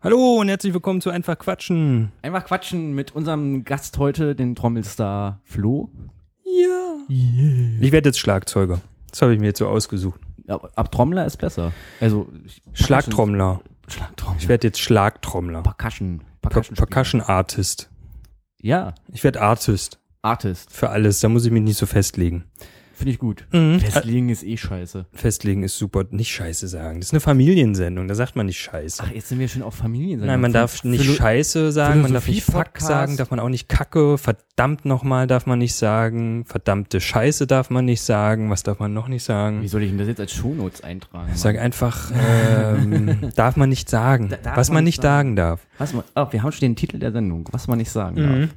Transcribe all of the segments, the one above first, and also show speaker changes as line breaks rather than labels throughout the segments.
Hallo und herzlich willkommen zu Einfach Quatschen.
Einfach quatschen mit unserem Gast heute, den Trommelstar Flo.
Ja. Ich werde jetzt Schlagzeuger. Das habe ich mir jetzt so ausgesucht.
Ab, ab Trommler ist besser. Also ich-
Schlagtrommler.
Schlagtrommel.
Ich werde jetzt Schlagtrommler.
Percussion.
Per-
Percussion.
Percussion Artist.
Ja,
Ich werde Artist.
Artist.
Für alles. Da muss ich mich nicht so festlegen.
Finde ich gut.
Mhm.
Festlegen ist eh scheiße.
Festlegen ist super. Nicht Scheiße sagen. Das ist eine Familiensendung. Da sagt man nicht Scheiße.
Ach, jetzt sind wir schon auf Familien.
Nein, man darf nicht Scheiße sagen. Man darf nicht Fuck
Philosophie-Podcast.
sagen. Darf man auch nicht Kacke. Verdammt nochmal darf man nicht sagen. Verdammte Scheiße darf man nicht sagen. Was darf man noch nicht sagen?
Wie soll ich denn das jetzt als Shownotes eintragen? Mann?
Sag einfach, ähm, darf man nicht sagen,
Da- darf
was man
man
nicht
nicht sagen.
sagen darf.
Was man, oh, wir haben schon den Titel der Sendung, was man nicht sagen darf.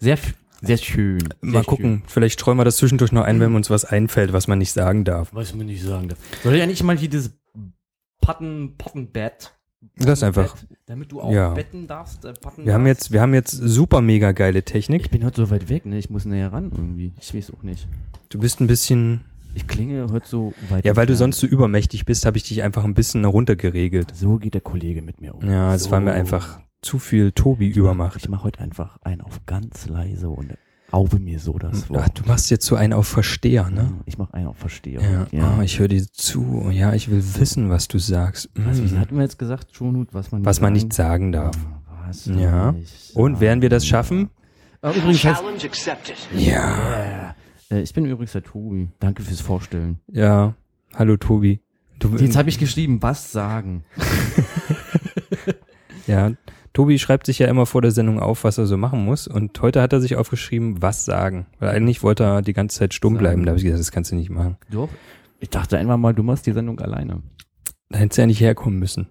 Sehr, f- sehr schön. Sehr
Mal gucken, vielleicht streuen wir das zwischendurch noch ein, wenn uns was einfällt, was man nicht sagen darf.
Schön. Was man nicht sagen darf. Soll ich ja nicht mal hier dieses Patten, Pattenbett.
Das ist einfach.
Bett, damit du auch
Ja.
betten darfst, äh, patten
Wir haben
darfst.
jetzt, wir haben jetzt super mega geile Technik.
Ich bin heute so weit weg, ne? Ich muss näher ran irgendwie. Ich weiß auch nicht.
Du bist ein bisschen,
Ich klinge heute so weit
ja, weil du
entfernt.
sonst so übermächtig bist, habe ich dich einfach ein bisschen runtergeregelt.
So geht der Kollege mit mir um.
Ja, es
so.
war mir einfach zu viel Tobi
Ich
übermacht.
mache heute einfach einen auf ganz leise und raube mir so das
Ach,
Wort.
du machst jetzt so einen auf Versteher, ne?
Ich mache einen auf Verstehung.
Ja, Oh, ich höre dir zu. Ja, ich will wissen, was du sagst.
was, wie
Mm.
hatten wir jetzt gesagt, Schonhut, was man
Was man
sagen-
nicht sagen darf.
Was
Ja.
man nicht
Und werden wir das schaffen?
sagen- Äh, übrigens, heißt,
Challenge accepted.
Ja.
äh, ich bin übrigens der Tobi. Danke fürs Vorstellen.
Ja, hallo Tobi. Du,
Jetzt habe ich geschrieben, was sagen.
ja, Tobi schreibt sich ja immer vor der Sendung auf, was er so machen muss. Und heute hat er sich aufgeschrieben, was sagen. Weil eigentlich wollte er die ganze Zeit stumm
Sagen.
bleiben. Da habe ich gesagt, das kannst du nicht machen.
Doch. Ich dachte einfach mal, du machst die Sendung alleine.
Da hättest du ja nicht herkommen müssen.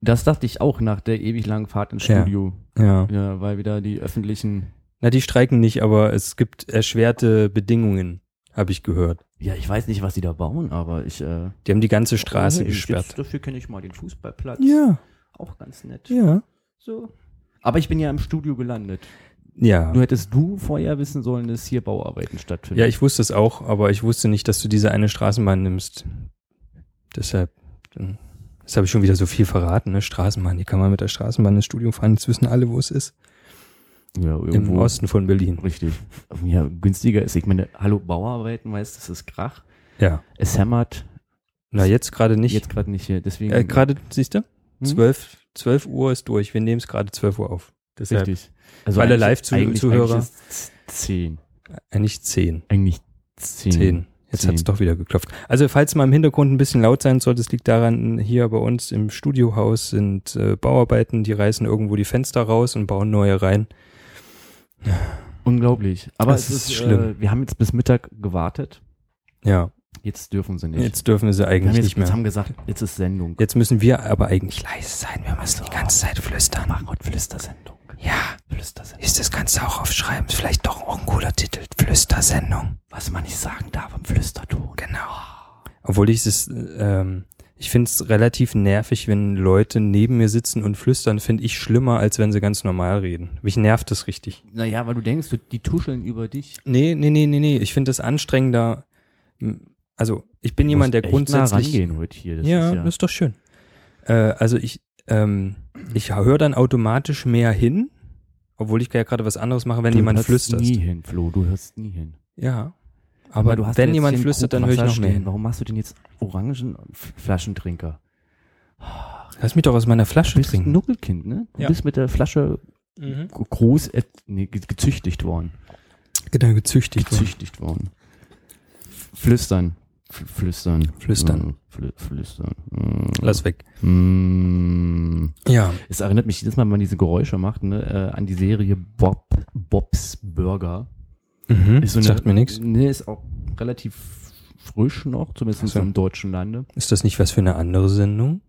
Das dachte ich auch nach der ewig langen Fahrt ins
Ja.
Studio.
Ja.
Ja, weil wieder die öffentlichen.
Na, die streiken nicht, aber es gibt erschwerte Bedingungen, habe ich gehört.
Ja, ich weiß nicht, was die da bauen, aber ich. Äh,
Die haben die ganze Straße
oh, nee, ich-
gesperrt.
jetzt- Dafür kenne ich mal den Fußballplatz. Auch ganz nett.
ja.
So. Aber ich bin ja im Studio gelandet.
Ja.
Nur hättest du vorher wissen sollen, dass hier Bauarbeiten stattfinden.
Ja, ich wusste es auch, aber ich wusste nicht, dass du diese eine Straßenbahn nimmst. Deshalb, dann- das habe ich schon wieder so viel verraten, ne? Straßenbahn, die kann man mit der Straßenbahn ins Studio fahren, jetzt wissen alle, wo es ist.
ja
Im
irgendwo.
Osten von Berlin.
Richtig. Ja, günstiger ist. Ich meine, hallo, Bauarbeiten, weißt du, das ist Krach.
Ja.
Es hämmert.
Na, jetzt gerade nicht.
Jetzt gerade nicht hier. Deswegen.
äh, gerade, siehst du?
Hm?
12, 12 Uhr ist durch, wir nehmen es gerade 12 Uhr auf. Deshalb
Richtig. Also
Für alle
eigentlich-
Live-Zu-
eigentlich-
Zuhörer.
eigentlich ist es Zehn.
eigentlich 10.
Eigentlich zehn.
10. Jetzt hat's
Zehn.
doch wieder geklopft. Also falls mal im Hintergrund ein bisschen laut sein sollte, es liegt daran, hier bei uns im Studiohaus sind äh, Bauarbeiten, die reißen irgendwo die Fenster raus und bauen neue rein.
Unglaublich. Aber
Das
es
ist
ist,
schlimm.
Äh, wir haben jetzt bis Mittag gewartet.
Ja,
Jetzt dürfen sie nicht.
Jetzt dürfen wir sie
wir haben
eigentlich
jetzt,
nicht mehr.
Jetzt haben gesagt, jetzt ist Sendung.
jetzt müssen wir aber eigentlich leise sein. Wir müssen die ganze Zeit flüstern.
machen heute Flüstersendung.
Ja,
Flüstersendung.
ist das kannst du auch aufschreiben. Ist vielleicht doch auch ein cooler Titel. Flüstersendung.
Was man nicht sagen darf im Flüsterton.
Genau. Obwohl ich es, ähm, ich finde es relativ nervig, wenn Leute neben mir sitzen und flüstern, finde ich schlimmer, als wenn sie ganz normal reden. Mich nervt das richtig.
Naja, weil du denkst, du- die tuscheln über dich.
Nee, nee, nee, nee, nee. Ich finde das anstrengender. M- Also, ich bin jemand, der
Du musst echt nah
grundsätzlich.
rangehen heute hier. Das
ja,
ist
das ist doch schön. Äh, also ich, ähm, ich höre dann automatisch mehr hin, obwohl ich ja gerade was anderes mache, wenn
du
jemand
hörst
flüstert.
nie hin, Flo. Du hörst nie hin.
Ja. Aber, wenn
jetzt
jemand
den
flüstert, dann
Krug
höre ich
Wasser
noch mehr.
stehen.
hin.
Warum machst du denn jetzt orangen F- Flaschentrinker?
Lass mich doch aus meiner Flasche
Du bist ein
trinken.
Nuckelkind, ne? Du
Ja.
bist mit der Flasche
Mhm.
groß äh, nee, ge- gezüchtigt worden.
Genau, gezüchtigt. worden.
gezüchtigt worden. Flüstern. F flüstern.
Flüstern.
Mm, Fl flüstern. Mm.
Lass weg.
Mm.
Ja.
Es erinnert mich jedes Mal, wenn man diese Geräusche macht, ne, äh, an die Serie Bob, Bobs Burger.
Mhm.
Ist so eine-
Sagt mir nichts.
Nee, ist auch relativ frisch noch, zumindest
Ach so.
so. im deutschen Lande.
Ist das nicht was für eine andere Sendung?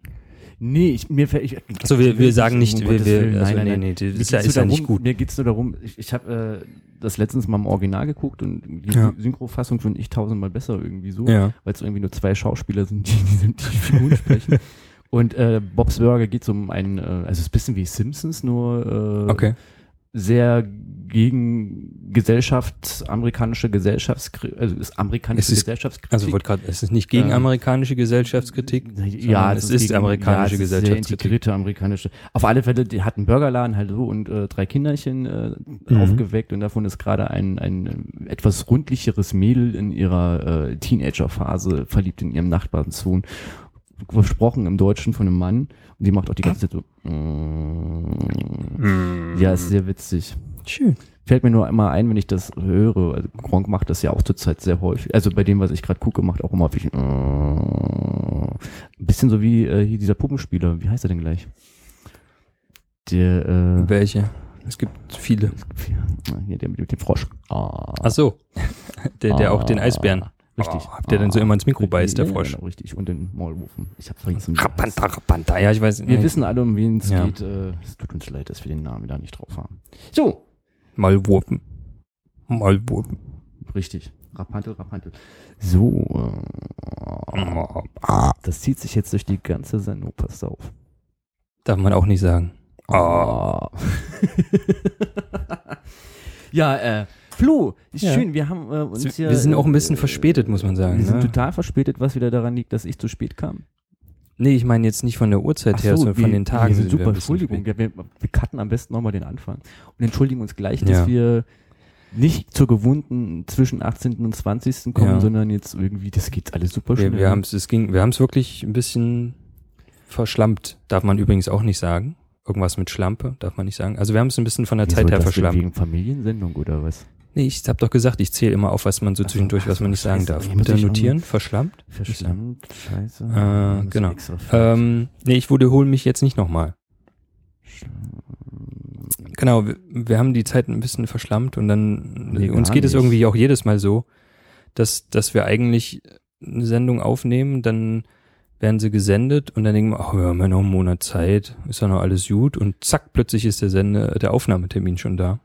Nee, ich, mir fällt. Ich,
So, wir,
ich-
wir sagen
um
nicht, wir,
Gottes Willen,
wir, also,
nein, nein,
nee,
nein.
nee, das
Mir
ist ja,
geht's
ist
nur
ja nicht
darum-
gut.
Mir geht's nur darum, ich, ich habe äh, das letztens mal im Original geguckt und die
Ja.
Synchrofassung finde ich tausendmal besser irgendwie so.
Ja.
weil es irgendwie nur zwei Schauspieler sind, die diese die Figuren sprechen. Und äh, Bob's Burger geht um einen, äh, also es ist ein bisschen wie Simpsons, nur äh,
Okay.
sehr gegen Gesellschafts, amerikanische Gesellschaftskritik, also ist amerikanische
Es ist-
Gesellschaftskritik.
Also wollte gerade, es ist nicht gegen
Ähm,
amerikanische Gesellschaftskritik.
ja,
sondern es ist
ja,
amerikanische
es ist sehr
Gesellschaftskritik.
integrierte amerikanische. Auf alle Fälle, die hat einen Burgerladen halt so und äh, drei Kinderchen äh,
Mhm.
aufgeweckt und davon ist gerade ein, ein äh, etwas rundlicheres Mädel in ihrer äh, Teenagerphase verliebt in ihrem Nachbarnssohn. Versprochen im Deutschen von einem Mann und die macht auch die ganze Zeit so. Mm.
Mhm.
Ja, ist sehr witzig.
Schön.
Fällt mir nur immer ein, wenn ich das höre. Also Gronk macht das ja auch zurzeit sehr häufig. Also bei dem, was ich gerade gucke, macht auch immer viel. Ein bisschen so wie äh, hier dieser Puppenspieler. Wie heißt er denn gleich? Der, äh,
Welche? Es gibt viele.
hier, der mit dem Frosch. Ah.
Ach so. Der, der auch den Eisbären.
Richtig.
Oh, der dann so immer ins Mikro beißt, der
Ja,
Frosch.
Genau, richtig. Und den Maulwurfen. Ich habe vergessen. wie er heißt.
Rapanta, Rapanta. Ja, ich weiß.
Wir wissen alle, um wen es
Ja.
geht. Äh, es tut uns leid, dass wir den Namen da nicht drauf haben. So,
Maulwurpen. Maulwurpen.
Richtig. Rapantel, Rapantel. So. Äh, das zieht sich jetzt durch die ganze Sendung. Passt auf.
Darf man auch nicht sagen.
Ah. ja, äh, Flo, ist
Ja.
schön. Wir haben äh, uns hier.
Wir sind auch ein bisschen verspätet, muss man sagen.
Wir sind
Ne?
total verspätet, was wieder daran liegt, dass ich zu spät kam.
Nee, ich meine jetzt nicht von der Uhrzeit her, sondern
wir-
von den Tagen.
Wir sind
sind wir
super,
ein bisschen
Entschuldigung.
spät.
Ja, wir, wir cutten am besten nochmal den Anfang. Und entschuldigen uns gleich, dass
Ja.
wir nicht zur gewohnten zwischen 18. und 20. kommen,
Ja.
sondern jetzt irgendwie, das geht alles super schnell.
Wir, wir haben es ging, wir haben es wirklich ein bisschen verschlampt. Darf man übrigens auch nicht sagen. Irgendwas mit Schlampe, darf man nicht sagen. Also wir haben es ein bisschen von der
Wieso
Zeit
das
her
denn,
verschlampt.
Wegen Familiensendung oder was?
Nee, ich hab doch gesagt, ich zähle immer auf, was man so
Ach so,
zwischendurch,
ach
was
so,
man nicht sagen
scheiße,
darf.
hier muss
Bitte
ich auch noch-
notieren, verschlampt.
Verschlammt, scheiße.
Äh,
Muss
genau.
extra fragen.
Ähm, nee, ich wiederhole mich jetzt nicht nochmal. Genau, wir, wir haben die Zeit ein bisschen verschlammt und dann
Nee,
uns
gar
geht es
nicht.
irgendwie auch jedes Mal so, dass, dass wir eigentlich eine Sendung aufnehmen, dann werden sie gesendet und dann denken wir, ach, wir haben ja noch einen Monat Zeit, ist ja noch alles gut und zack, plötzlich ist der Sende, der Aufnahmetermin schon da.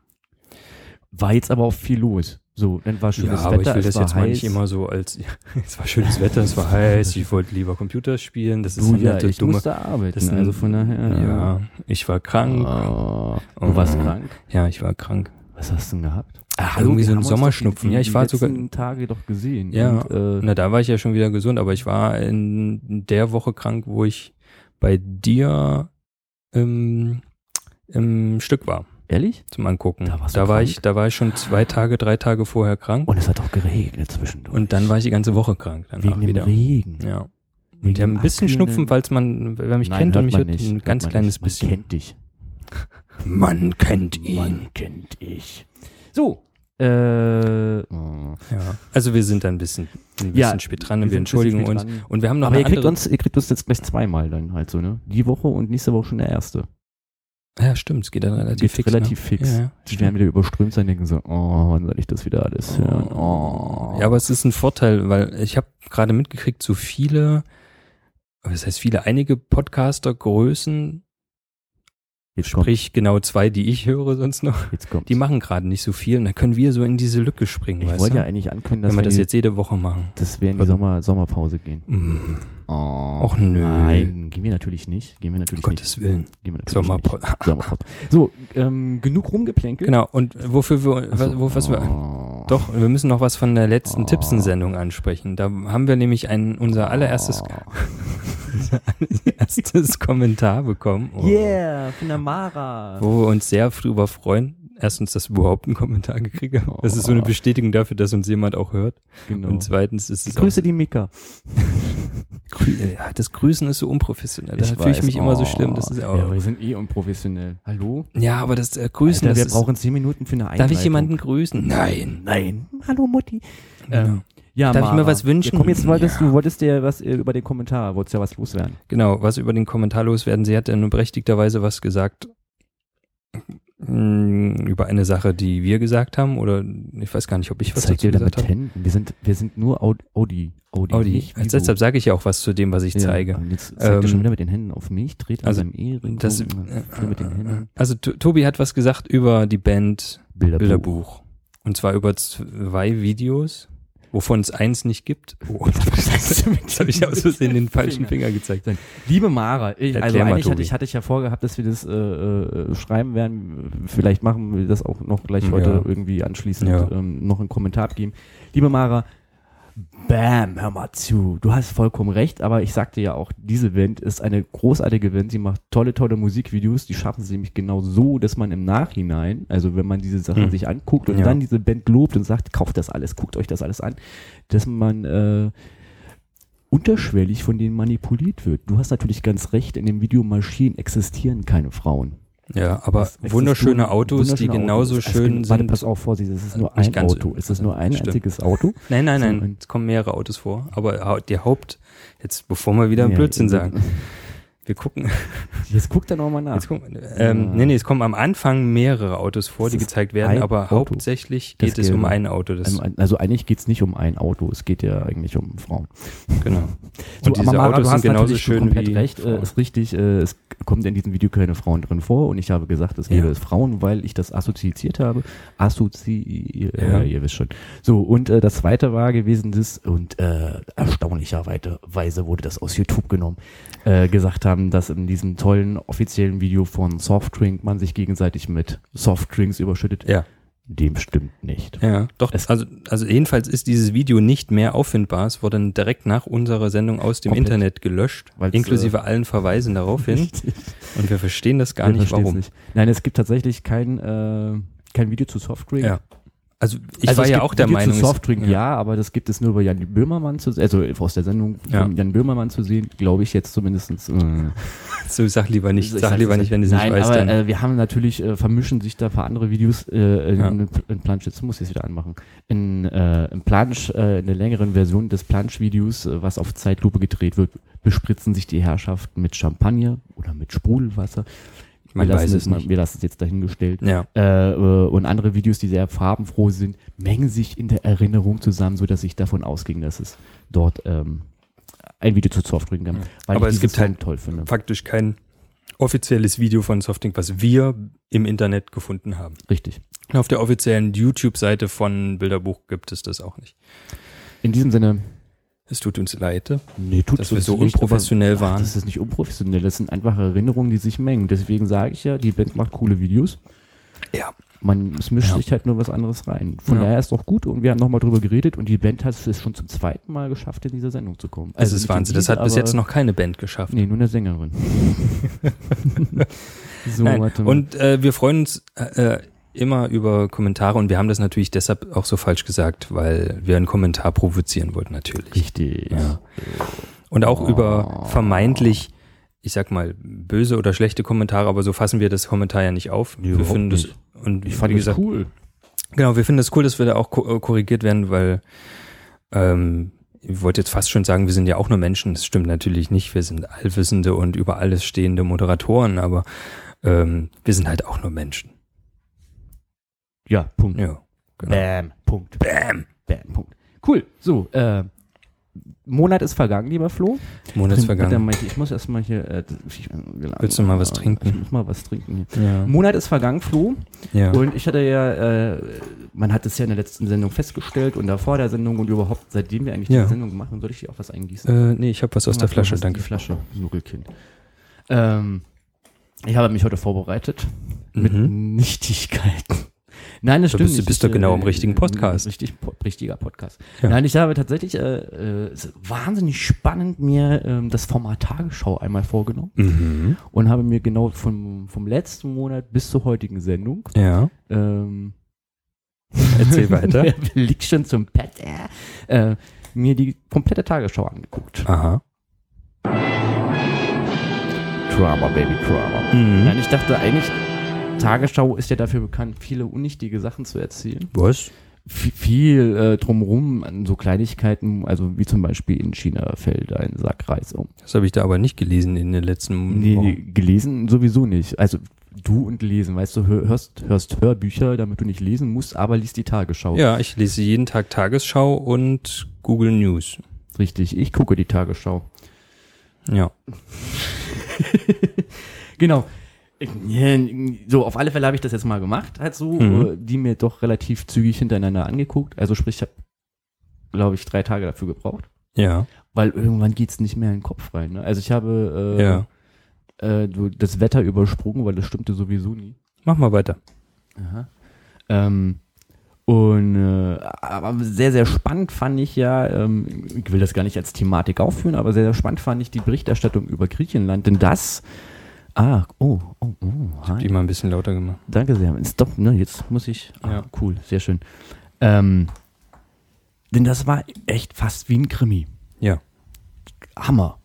war jetzt aber auch viel los. So, dann war schönes Wetter,
aber ich will
es
das
war
jetzt
heiß.
mal nicht immer so als, es war schönes Wetter, es war heiß, ich wollte lieber Computer spielen, das ist
Du,
eine
ja,
nette,
ich
dumme
musste arbeiten,
Das ist ein-
also von daher.
Ne? Ja, ich war krank.
Ah, du warst
Oh.
krank?
Ja, ich war krank.
Was hast du denn gehabt? Ah,
Irgendwie so
wir
ein
haben uns doch
Sommerschnupfen.
Die, die,
Ja, ich war
die letzten
sogar-
Tage doch gesehen.
Ja.
Und, äh,
Na, da war ich ja schon wieder gesund, aber ich war in der Woche krank, wo ich bei dir im, im Stück war
ehrlich?
zum Angucken.
Da warst du
da war
krank?
ich, da war ich schon zwei Tage, drei Tage vorher krank
Und es hat auch geregnet zwischendurch.
und dann war ich die ganze Woche krank danach
wegen dem
wieder.
Regen.
Ja.
Wegen
Ich habe ein
dem
bisschen
abkühlenden-
Schnupfen, falls man, wer mich
Nein,
kennt
hört
und mich
man
hört,
nicht,
ein
hört
ganz
man
kleines
nicht. Man
bisschen.
kennt dich.
Man kennt
Man kennt ich. So. Äh,
Ja. Also wir sind da ein bisschen, ein bisschen
Ja,
spät dran
wir
und wir
sind ein bisschen
entschuldigen
spät
uns.
dran.
Und wir haben noch
aber
eine
ihr kriegt,
andere.
uns, ihr kriegt uns jetzt gleich zweimal dann halt so, ne? Die Woche und nächste Woche schon der erste.
ja, stimmt, es geht dann relativ
Geht
fix.
relativ
ne?
fix.
Ja, ja.
Die werden wieder überströmt sein, denken so, oh, wann soll ich das wieder alles hören? Oh.
Ja, aber es ist ein Vorteil, weil ich habe gerade mitgekriegt, so viele, das heißt viele, einige Podcaster-Größen,
jetzt kommt,
sprich genau zwei, die ich höre sonst noch,
jetzt kommt.
die machen gerade nicht so viel und da können wir so in diese Lücke springen,
ich
weißt
wollte
du?
ja eigentlich ankündigen, dass
ne? wenn wir das
die,
jetzt jede Woche machen.
dass wir in die Sommer, Sommerpause gehen.
Mm,
Oh.
Och nö.
Nein, gehen wir natürlich nicht. Gehen wir
um
natürlich nicht.
Gottes Willen.
Gehen wir natürlich
Sommerpod.
nicht. Sommerpause. So, ähm, genug rumgeplänkelt.
Genau, und wofür wir, was, wo, was wir,
wir.
doch, wir müssen noch was von der letzten
Oh.
Tippsensendung ansprechen. Da haben wir nämlich ein, unser allererstes, erstes Kommentar bekommen. Oh.
Oh. Yeah, von der Mara.
wo wir uns sehr drüber freuen. Erstens, dass wir überhaupt einen Kommentar gekriegt haben. Das ist so eine
Oh.
Bestätigung dafür, dass uns jemand auch hört.
Genau.
Und zweitens ist es
Grüße die Mika.
Auch, Grü- ja, das Grüßen ist so unprofessionell. Da
Ich
fühle ich
weiß.
mich immer so
Oh.
schlimm. Das ist
Ja,
auch,
wir sind eh unprofessionell. Hallo?
ja, aber das äh, Grüßen,
Alter, wir
das ist,
brauchen zehn Minuten für eine Einleitung.
darf ich jemanden grüßen? Nein.
Nein. Hallo Mutti.
Genau.
Ja,
Darf ich
Mara.
mir was wünschen?
Ja, komm, jetzt wolltest
Ja.
du wolltest dir was äh, über den Kommentar, wolltest ja was loswerden.
genau, was über den Kommentar loswerden. Sie hat ja nun berechtigterweise was gesagt mh, über eine Sache, die wir gesagt haben. Oder ich weiß gar nicht, ob ich was dazu gesagt habe. Oh,
hin. Wir sind, wir sind nur Audi. Audi.
Audi.
nicht Vivo.
Deshalb sage ich ja auch was zu dem, was ich
Ja,
zeige.
Und jetzt zeigt
Ähm,
er schon wieder mit den Händen auf mich, dreht an
also,
seinem E-Ring.
das-
rum, dreht mit den Händen.
Also T- Tobi hat was gesagt über die Band
Bilderbuch.
Bilderbuch. Und zwar über zwei Videos. wovon es eins nicht gibt. Oh, das habe ich aus Versehen den falschen Finger gezeigt.
Liebe Mara, ich, also
Erklär mal,
eigentlich hatte
Tobi.
ich, hatte ich ja vorgehabt, dass wir das äh, äh, schreiben werden. Vielleicht machen wir das auch noch gleich
Ja.
heute irgendwie anschließend
Ja.
ähm, noch einen Kommentar abgeben. Liebe Mara, bam, hör mal zu. Du hast vollkommen recht, aber ich sagte ja auch, diese Band ist eine großartige Band. Sie macht tolle, tolle Musikvideos. Die schaffen sie nämlich genau so, dass man im Nachhinein, also wenn man diese Sachen
Hm.
sich anguckt und
Ja.
dann diese Band lobt und sagt, kauft das alles, guckt euch das alles an, dass man äh, unterschwellig von denen manipuliert wird. Du hast natürlich ganz recht, in dem Video Maschinen existieren keine Frauen.
Ja, aber
Es existieren
Äh, wunderschöne Autos,
wunderschöne
die genauso
Autos. Es
schön
gibt-
sind. Äh,
Warte, pass auf, Vorsicht, es ist nur
Nicht
ein
ganz.
Auto. Es ist nur ein
Stimmt.
einziges Auto.
Nein, nein,
So
nein.
ein-
Es kommen mehrere Autos vor. Aber hau- die Haupt, jetzt bevor wir wieder
Ja,
Blödsinn
ich-
sagen. Wir gucken,
Jetzt guck da nochmal nach.
jetzt gucken ähm, nee, nee, es kommen am Anfang mehrere Autos vor,
Es
die
ist
gezeigt werden,
ein
aber
Auto.
hauptsächlich
Das
geht es um
Gelbe.
ein Auto. Das,
Ähm, Also eigentlich geht's nicht um ein Auto, es geht ja eigentlich um Frauen.
genau.
So,
Und diese
aber Mara,
Autos
du
sind
hast
genauso
natürlich schon
schön
komplett
wie
recht. Äh,
Frauen.
ist richtig, äh, es kommt in diesem Video keine Frauen drin vor und ich habe gesagt, es gäbe
Ja.
es Frauen, weil ich das assoziiert habe. Assozi, äh,
Ja.
ihr wisst schon. So, und äh, das zweite war gewesen, das, und äh, erstaunlicherweise wurde das aus YouTube genommen, äh, gesagt haben, dass in diesem tollen offiziellen Video von Softdrink man sich gegenseitig mit Softdrinks überschüttet.
Ja.
Dem stimmt nicht.
Ja, doch.
Es-
also, also jedenfalls ist dieses Video nicht mehr auffindbar. Es wurde dann direkt nach unserer Sendung aus dem
Komplett.
Internet gelöscht,
Weil's, äh,
inklusive allen Verweisen darauf hin. Und wir verstehen das gar
Wir
nicht,
verstehen's
warum.
Nicht. Nein, es gibt tatsächlich kein, äh, kein Video zu Softdrink.
Ja. Also ich
Also
war
es
ja
gibt
auch der
Video
Meinung,
Zu
es-
Softdrink, ja.
ja.
aber das gibt es nur über Jan Böhmermann zu also aus der Sendung
Ja.
von Jan Böhmermann zu sehen, glaube ich jetzt zumindestens. Äh, Also
so sag lieber nicht,
ich
sag
sag's
lieber
jetzt
nicht, wenn du es nicht
Nein,
weißt.
aber
dann.
äh, wir haben natürlich, äh, vermischen sich da ein paar andere Videos äh, in,
Ja.
in, in Plansch, jetzt muss ich es wieder anmachen, in, äh, in Plansch, äh, in der längeren Version des Plansch-Videos, äh, was auf Zeitlupe gedreht wird, bespritzen sich die Herrschaften mit Champagner oder mit Sprudelwasser.
Man
wir lassen
weiß
das
es
mal-
nicht.
Wir lassen es jetzt dahingestellt
ja.
äh, äh, und andere Videos, die sehr farbenfroh sind, mengen sich in der Erinnerung zusammen, sodass ich davon ausging, dass es dort ähm, ein Video zu Softdrink gab. Weil
Aber
ich
es
diesen
gibt halt-
Song toll finde.
faktisch kein offizielles Video von Softink, was wir im Internet gefunden haben.
Richtig.
Auf der offiziellen YouTube-Seite von Bilderbuch gibt es das auch nicht.
In diesem Sinne,
Es tut uns leid,
nee, tut
dass wir so unprofessionell
Ach,
waren.
das ist nicht unprofessionell, das sind einfach Erinnerungen, die sich mengen. Deswegen sage ich ja, die Band macht coole Videos.
Ja.
Man, es mischt
Ja.
sich halt nur was anderes rein. Von
Ja.
daher ist doch gut und wir haben nochmal drüber geredet und die Band hat es schon zum zweiten Mal geschafft, in diese Sendung zu kommen.
Das ist
nicht in
Wahnsinn. Das
diese,
hat bis
also aber-
jetzt noch keine Band geschafft.
Nee, nur eine Sängerin. so,
Nein.
warte mal.
Und äh, wir freuen uns äh, immer über Kommentare und wir haben das natürlich deshalb auch so falsch gesagt, weil wir einen Kommentar provozieren wollten natürlich.
Richtig.
Ja. Und auch
Oh.
über vermeintlich, ich sag mal, böse oder schlechte Kommentare, aber so fassen wir das Kommentar ja nicht auf.
Nee,
wir
überhaupt
finden das
nicht.
und
Ich fand
wie
das
gesagt,
cool.
Genau, wir finden es cool, dass wir da auch ko- äh, korrigiert werden, weil ähm, ich wollte jetzt fast schon sagen, wir sind ja auch nur Menschen. Das stimmt natürlich nicht. Wir sind allwissende und über alles stehende Moderatoren, aber ähm, wir sind halt auch nur Menschen.
Ja, Punkt.
Ja, genau.
Bam, Punkt.
Bam!
Bam, Punkt. Cool. So, äh, Monat ist vergangen, lieber Flo.
Monat ist
Trink bitte
vergangen.
mal hier- Ich muss erstmal hier. Äh, ich,
Willst du mal was trinken?
Ich muss mal was trinken hier.
Ja.
Monat ist vergangen, Flo.
Ja.
Und ich hatte ja, äh, man hat es ja in der letzten Sendung festgestellt und davor der Sendung und überhaupt, seitdem wir eigentlich
Ja.
diese Sendung machen, soll ich dir auch was eingießen?
Äh, nee, ich habe was aus der
Ja,
Flasche,
das ist
danke.
Die Flasche, Nudelkind. Ähm, ich habe mich heute vorbereitet mit
Mhm.
Nichtigkeiten. Nein, das
Da
stimmt
bist du-
nicht.
bist
Ich,
du genau
äh,
im richtigen
äh,
Podcast.
Richtig, po- richtiger Podcast.
Ja.
Nein, ich habe tatsächlich äh, äh, es ist wahnsinnig spannend mir ähm, das Format Tagesschau einmal vorgenommen
Mhm.
und habe mir genau vom, vom letzten Monat bis zur heutigen Sendung
Ja,
ähm,
erzähl weiter.
liegt schon zum Bett, äh, äh, mir die komplette Tagesschau angeguckt.
Aha.
Drama, Baby, Drama. Nein,
Mhm.
ich dachte eigentlich, Tagesschau ist ja dafür bekannt, viele unnichtige Sachen zu erzählen.
Was?
V viel äh, drumrum an so Kleinigkeiten, also wie zum Beispiel in China fällt ein Sack Reis um. Oh.
Das habe ich da aber nicht gelesen in den letzten
Nee,
Wochen.
nee, gelesen sowieso nicht. Also du und lesen, weißt du, hör- hörst, hörst Hörbücher, damit du nicht lesen musst, aber liest die Tagesschau.
Ja, ich lese jeden Tag Tagesschau und Google News.
Richtig, ich gucke die Tagesschau.
Ja.
Genau. So, auf alle Fälle habe ich das jetzt mal gemacht, halt so,
Mhm.
äh, die mir doch relativ zügig hintereinander angeguckt. Also sprich, ich habe glaube ich, drei Tage dafür gebraucht.
Ja.
Weil irgendwann geht's nicht mehr in den Kopf rein. Ne? Also ich habe äh,
Ja.
äh, du- das Wetter übersprungen, weil das stimmte sowieso nie.
Mach mal weiter.
Aha. Ähm, und äh, aber sehr, sehr spannend fand ich ja, ähm, ich will das gar nicht als Thematik aufführen, aber sehr, sehr spannend fand ich die Berichterstattung über Griechenland, denn das, ah, oh, oh, oh, hi.
Die mal ein bisschen lauter gemacht.
Danke sehr. Stopp, ne, jetzt muss ich. Ah,
Ja.
Cool, sehr schön. Ähm, denn das war echt fast wie ein Krimi.
Ja.
Hammer.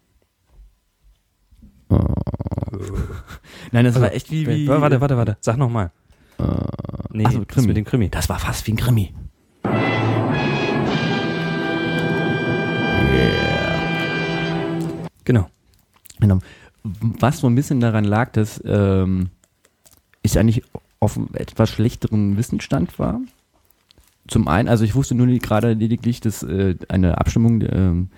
Nein, das war echt wie. wie
Oh. Also, Warte, warte, warte. Sag nochmal. nee,
Ach so,
das
Krimi.
mit dem Krimi.
Das war fast wie ein Krimi.
Genau.
Genau. Was so ein bisschen daran lag, dass ähm, ich eigentlich auf einem etwas schlechteren Wissensstand war. Zum einen, also ich wusste nur le- gerade lediglich, dass äh, eine Abstimmung ähm,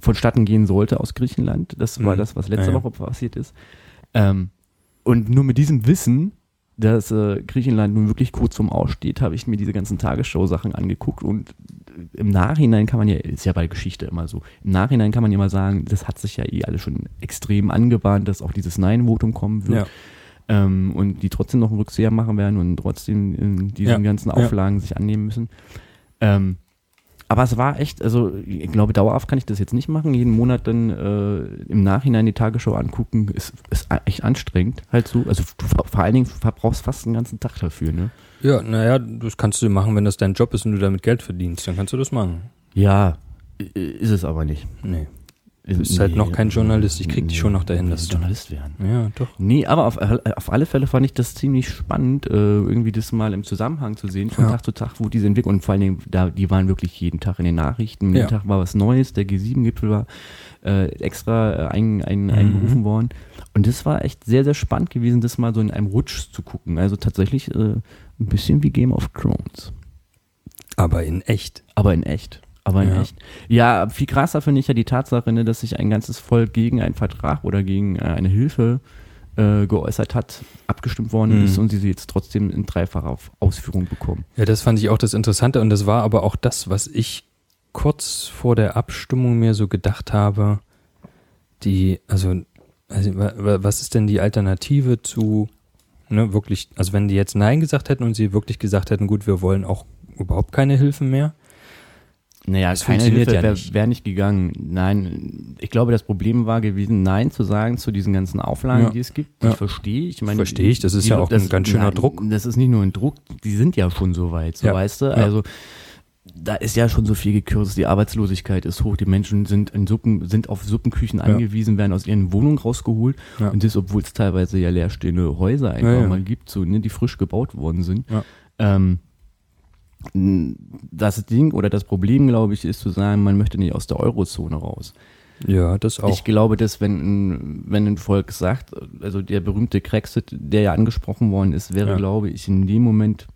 vonstatten gehen sollte aus Griechenland. Das war
Mhm.
das, was letzte
Ja, ja.
Woche passiert ist. Ähm, und nur mit diesem Wissen, dass äh, Griechenland nun wirklich kurz vorm Aussteht, habe ich mir diese ganzen Tagesschau-Sachen angeguckt und äh, im Nachhinein kann man ja, ist ja bei Geschichte immer so, im Nachhinein kann man ja mal sagen, das hat sich ja eh alles schon extrem angebahnt, dass auch dieses Nein-Votum kommen wird
Ja.
ähm, und die trotzdem noch einen Rückseher machen werden und trotzdem ähm, diesen
Ja,
ganzen
ja.
Auflagen sich annehmen müssen. Ähm, aber es war echt, also ich glaube, dauerhaft kann ich das jetzt nicht machen. Jeden Monat dann äh, im Nachhinein die Tagesschau angucken, ist, ist a- echt anstrengend. Halt so. Also du, ver- vor allen Dingen verbrauchst fast den ganzen Tag dafür, ne?
Ja, naja, das kannst du machen, wenn das dein Job ist und du damit Geld verdienst. Dann kannst du das machen.
Ja, i- ist es aber nicht.
Nee.
Du
bist halt noch kein Journalist. Ich krieg dich schon noch dahin, dass
dass
du-
Journalist werden.
Ja, doch.
Nee, aber auf, auf alle Fälle fand ich das ziemlich spannend, äh, irgendwie das mal im Zusammenhang zu sehen, von
Ja.
Tag zu Tag, wo diese Entwicklung, und vor allen Dingen, da, die waren wirklich jeden Tag in den Nachrichten, jeden
Ja.
Tag war was Neues, der G7-Gipfel war äh, extra äh, ein, ein,
Mhm.
eingerufen worden. Und das war echt sehr, sehr spannend gewesen, das mal so in einem Rutsch zu gucken. Also tatsächlich äh, ein bisschen wie Game of Thrones.
Aber in echt.
Aber in echt. Aber in
Ja.
echt. Ja, viel krasser finde ich ja die Tatsache, ne, dass sich ein ganzes Volk gegen einen Vertrag oder gegen äh, eine Hilfe äh, geäußert hat, abgestimmt worden
Mhm.
ist und sie sie jetzt trotzdem in dreifacher Auf- Ausführung bekommen.
Ja, das fand ich auch das Interessante und das war aber auch das, was ich kurz vor der Abstimmung mir so gedacht habe, die, also, also wa- wa- was ist denn die Alternative zu, ne, wirklich, also wenn die jetzt Nein gesagt hätten und sie wirklich gesagt hätten, gut, wir wollen auch überhaupt keine Hilfen mehr.
Naja,
Das
keine
funktioniert
Hilfe
ja
wäre
nicht.
wär nicht gegangen. Nein, ich glaube, das Problem war gewesen, Nein zu sagen zu diesen ganzen Auflagen,
Ja.
die es gibt. Die
Ja.
verstehe ich. ich meine,
Verstehe ich, das ist
die-
ja auch ein ganz schöner
nein,
Druck.
Das ist nicht nur ein Druck, die sind ja schon so weit, so
Ja.
weißt du. Also da ist ja schon so viel gekürzt, die Arbeitslosigkeit ist hoch, die Menschen sind in Suppen, sind auf Suppenküchen angewiesen, werden aus ihren Wohnungen rausgeholt
Ja.
und das, obwohl es teilweise ja leerstehende Häuser einfach
Ja, ja.
mal gibt, so, ne, die frisch gebaut worden sind.
Ja.
Ähm, das Ding oder das Problem, glaube ich, ist zu sagen, man möchte nicht aus der Eurozone raus.
Ja, das auch.
Ich glaube, dass wenn, ein- wenn ein Volk sagt, also der berühmte Brexit, der ja angesprochen worden ist, wäre,
Ja.
glaube ich, in dem Moment,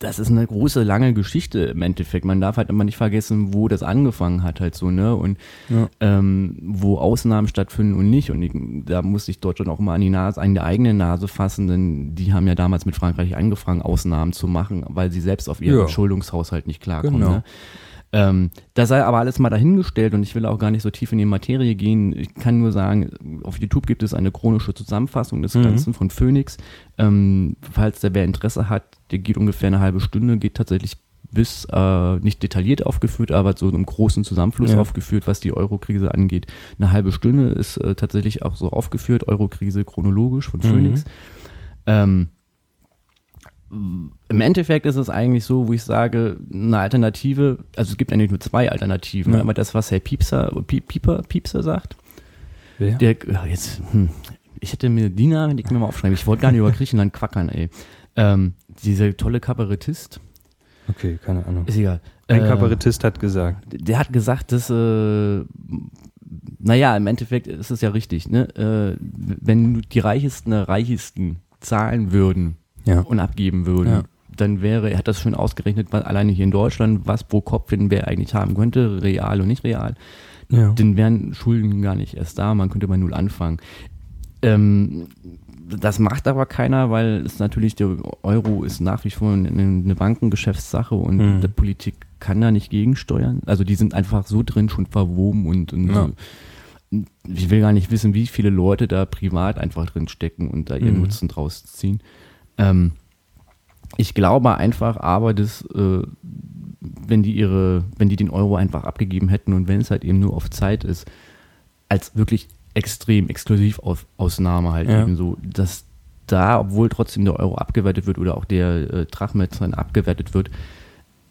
das ist eine große, lange Geschichte im Endeffekt. Man darf halt immer nicht vergessen, wo das angefangen hat halt so, ne? Und
Ja.
ähm, wo Ausnahmen stattfinden und nicht. Und ich, da muss sich Deutschland auch mal an die Nase, an die eigene Nase fassen, denn die haben ja damals mit Frankreich angefangen, Ausnahmen zu machen, weil sie selbst auf ihren
Ja.
Entschuldungshaushalt nicht klarkommen.
Genau.
Ne? Ähm, das sei aber alles mal dahingestellt und ich will auch gar nicht so tief in die Materie gehen. Ich kann nur sagen, auf YouTube gibt es eine chronische Zusammenfassung des
Mhm.
Ganzen von Phoenix. Ähm, falls der wer Interesse hat, der geht ungefähr eine halbe Stunde, geht tatsächlich bis äh, nicht detailliert aufgeführt, aber so im großen Zusammenfluss
Ja.
aufgeführt, was die Euro-Krise angeht. Eine halbe Stunde ist äh, tatsächlich auch so aufgeführt, Euro-Krise chronologisch
Mhm.
von Phoenix. Ähm, im Endeffekt ist es eigentlich so, wo ich sage, eine Alternative, also es gibt eigentlich nur zwei Alternativen.
Ja.
Einmal das, was Herr Piepser, Piep- Pieper, Piepser sagt.
Wer?
Der, ja, jetzt, hm, ich hätte mir Dina, die kann mir mal aufschreiben. Ich wollte gar nicht über Griechenland quackern, ey. Ähm, dieser tolle Kabarettist,
okay, keine Ahnung. Ähm,
ist egal.
Ein
Äh,
Kabarettist hat gesagt.
der hat gesagt, dass, äh, naja, im Endeffekt ist es ja richtig, ne? Äh, wenn die Reichsten der Reichsten zahlen würden,
Ja.
und abgeben würden,
Ja.
dann wäre, er hat das schön ausgerechnet, weil alleine hier in Deutschland, was pro Kopf denn wer eigentlich haben könnte, real und nicht real,
ja.
dann wären Schulden gar nicht erst da, man könnte bei Null anfangen. Ähm, das macht aber keiner, weil es natürlich der Euro ist nach wie vor eine, eine Bankengeschäftssache und
Mhm.
der Politik kann da nicht gegensteuern. Also die sind einfach so drin schon verwoben und, und
Ja.
so. ich will gar nicht wissen, wie viele Leute da privat einfach drin stecken und da ihren
Mhm.
Nutzen draus ziehen. Ähm, ich glaube einfach, aber das, äh, wenn die ihre, wenn die den Euro einfach abgegeben hätten und wenn es halt eben nur auf Zeit ist, als wirklich extrem exklusiv auf Ausnahme halt
Ja.
eben so, dass da, obwohl trotzdem der Euro abgewertet wird oder auch der äh, Drachme jetzt dann abgewertet wird,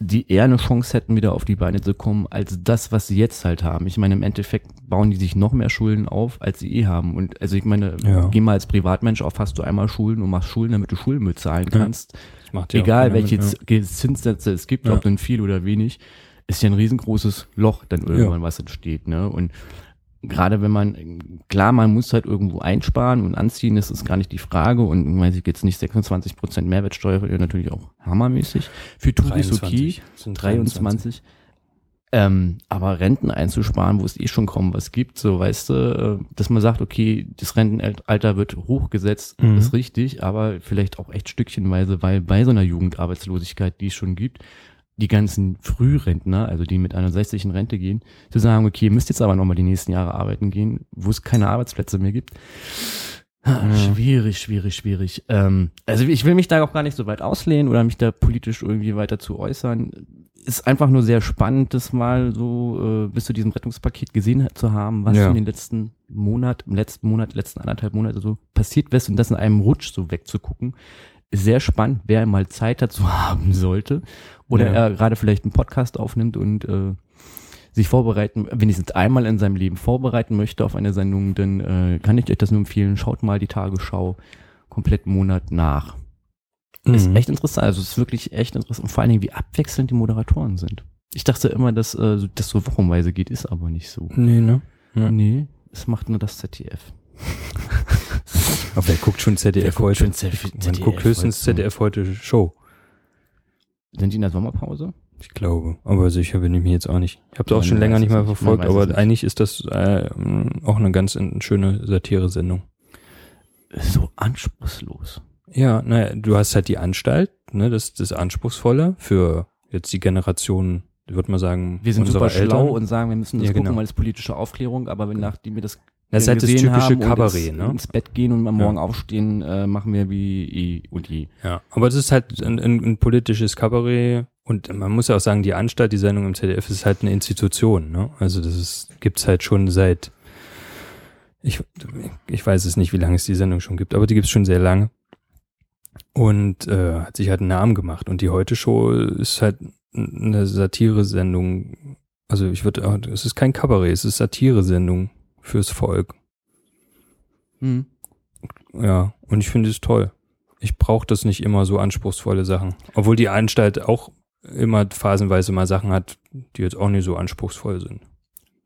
die eher eine Chance hätten, wieder auf die Beine zu kommen, als das, was sie jetzt halt haben. Ich meine, im Endeffekt bauen die sich noch mehr Schulden auf, als sie eh haben. Und also ich meine,
Ja.
geh mal als Privatmensch auf, hast du einmal Schulden und machst Schulden, damit du Schulden bezahlen
Ja.
kannst.
Das macht ja auch
Egal
keiner
welche
mit, ja.
Z- Zinssätze es gibt,
Ja.
ob nun viel oder wenig, ist ja ein riesengroßes Loch dann irgendwann,
Ja.
was entsteht. Ne? Und gerade wenn man, klar, man muss halt irgendwo einsparen und anziehen, das ist gar nicht die Frage. Und weiß ich jetzt nicht, 26% Mehrwertsteuer wäre natürlich auch hammermäßig. Für Touris okay,
23. Sind
23. Ähm, aber Renten einzusparen, wo es eh schon kaum was gibt, so weißt du, äh, dass man sagt, okay, das Rentenalter wird hochgesetzt,
Mhm.
ist richtig, aber vielleicht auch echt stückchenweise, weil bei so einer Jugendarbeitslosigkeit, die es schon gibt, die ganzen Frührentner, also die mit einer 60 in Rente gehen, zu sagen, okay, ihr müsst jetzt aber nochmal die nächsten Jahre arbeiten gehen, wo es keine Arbeitsplätze mehr gibt. Ah, Schwierig, schwierig, schwierig. Ähm, also ich will mich da auch gar nicht so weit auslehnen oder mich da politisch irgendwie weiter zu äußern. Ist einfach nur sehr spannend, das mal so äh, bis zu diesem Rettungspaket gesehen zu haben, was
Ja.
in den letzten Monat, im letzten Monat, letzten anderthalb Monate so passiert ist und das in einem Rutsch so wegzugucken. Ist Sehr spannend, wer mal Zeit dazu haben sollte oder
Ja.
er gerade vielleicht einen Podcast aufnimmt und äh, sich vorbereiten, wenigstens einmal in seinem Leben vorbereiten möchte auf eine Sendung, dann äh, kann ich euch das nur empfehlen. Schaut mal die Tagesschau komplett einen Monat nach.
23.
Ist
Mhm.
echt interessant. Also es ist wirklich echt interessant. Und vor allen Dingen, wie abwechselnd die Moderatoren sind. Ich dachte immer, dass äh, so- das so wochenweise geht, ist aber nicht so.
Nee, ne? Ja.
Nee, es macht nur das ZDF.
Aber wer guckt schon ZDF
guckt
heute?
schon ZDF
Man guckt höchstens
heute?
ZDF heute Show.
Sind die in der Sommerpause?
Ich glaube. Aber sicher bin ich mir jetzt auch nicht. Ich habe es auch
Man
schon länger
weiß
nicht
es
mehr
nicht. Man
verfolgt,
weiß es
aber
nicht.
eigentlich ist das äh, auch eine ganz in- schöne Satire-Sendung.
So anspruchslos.
Ja, naja, du hast halt die Anstalt, ne, das, das Anspruchsvolle für jetzt die Generation, würde man sagen,
Wir sind super
unserer
schlau
Eltern.
und sagen, wir müssen das
Ja, genau.
gucken, weil es politische Aufklärung, aber wenn nachdem wir Genau. das
das ist halt das
gesehen
typische
haben und
Kabarett,
ins,
ne?
ins Bett gehen und am Morgen aufstehen, äh, machen wir wie eh und je.
Ja, aber es ist halt ein, ein, ein politisches Kabarett und man muss ja auch sagen, die Anstalt, die Sendung im ZDF ist halt eine Institution, ne? Also das ist, gibt's halt schon seit, ich, ich weiß es nicht, wie lange es die Sendung schon gibt, aber die gibt's schon sehr lange. Und äh, hat sich halt einen Namen gemacht. Und die Heute-Show ist halt eine Satire-Sendung. Also ich würde, es ist kein Kabarett, es ist Satire-Sendung fürs Volk.
Hm.
Ja, und ich finde es toll. Ich brauche das nicht immer so anspruchsvolle Sachen. Obwohl die Anstalt auch immer phasenweise mal Sachen hat, die jetzt auch nicht so anspruchsvoll sind.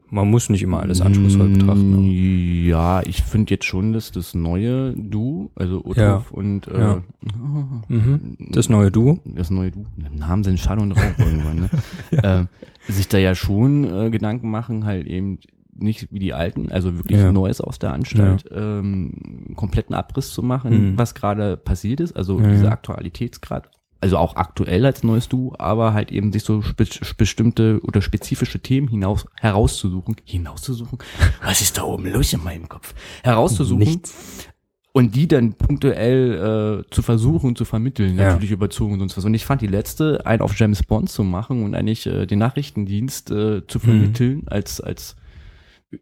Man muss nicht immer alles anspruchsvoll
ne?
betrachten.
Hm, Ja, ich finde jetzt schon, dass das neue Du, also Uthoff
Ja.
und äh,
Ja. Mhm. Das neue Duo.
das neue Du, Namen sind Schall und Rauch irgendwann, ne? äh, sich da ja schon äh, Gedanken machen, halt eben nicht wie die alten, also wirklich
Ja.
Neues aus der Anstalt, ähm, kompletten Abriss zu machen,
Mhm.
was gerade passiert ist, also
Ja,
dieser
ja.
Aktualitätsgrad, also auch aktuell als neues Du, aber halt eben sich so spe bestimmte oder spezifische Themen hinaus herauszusuchen, hinauszusuchen, was ist da oben los in meinem Kopf, herauszusuchen und die dann punktuell äh, zu versuchen zu vermitteln,
Ja.
natürlich überzogen und sonst was. Und ich fand die letzte, einen auf James Bond zu machen und eigentlich äh, den Nachrichtendienst äh,
Mhm.
zu vermitteln als, als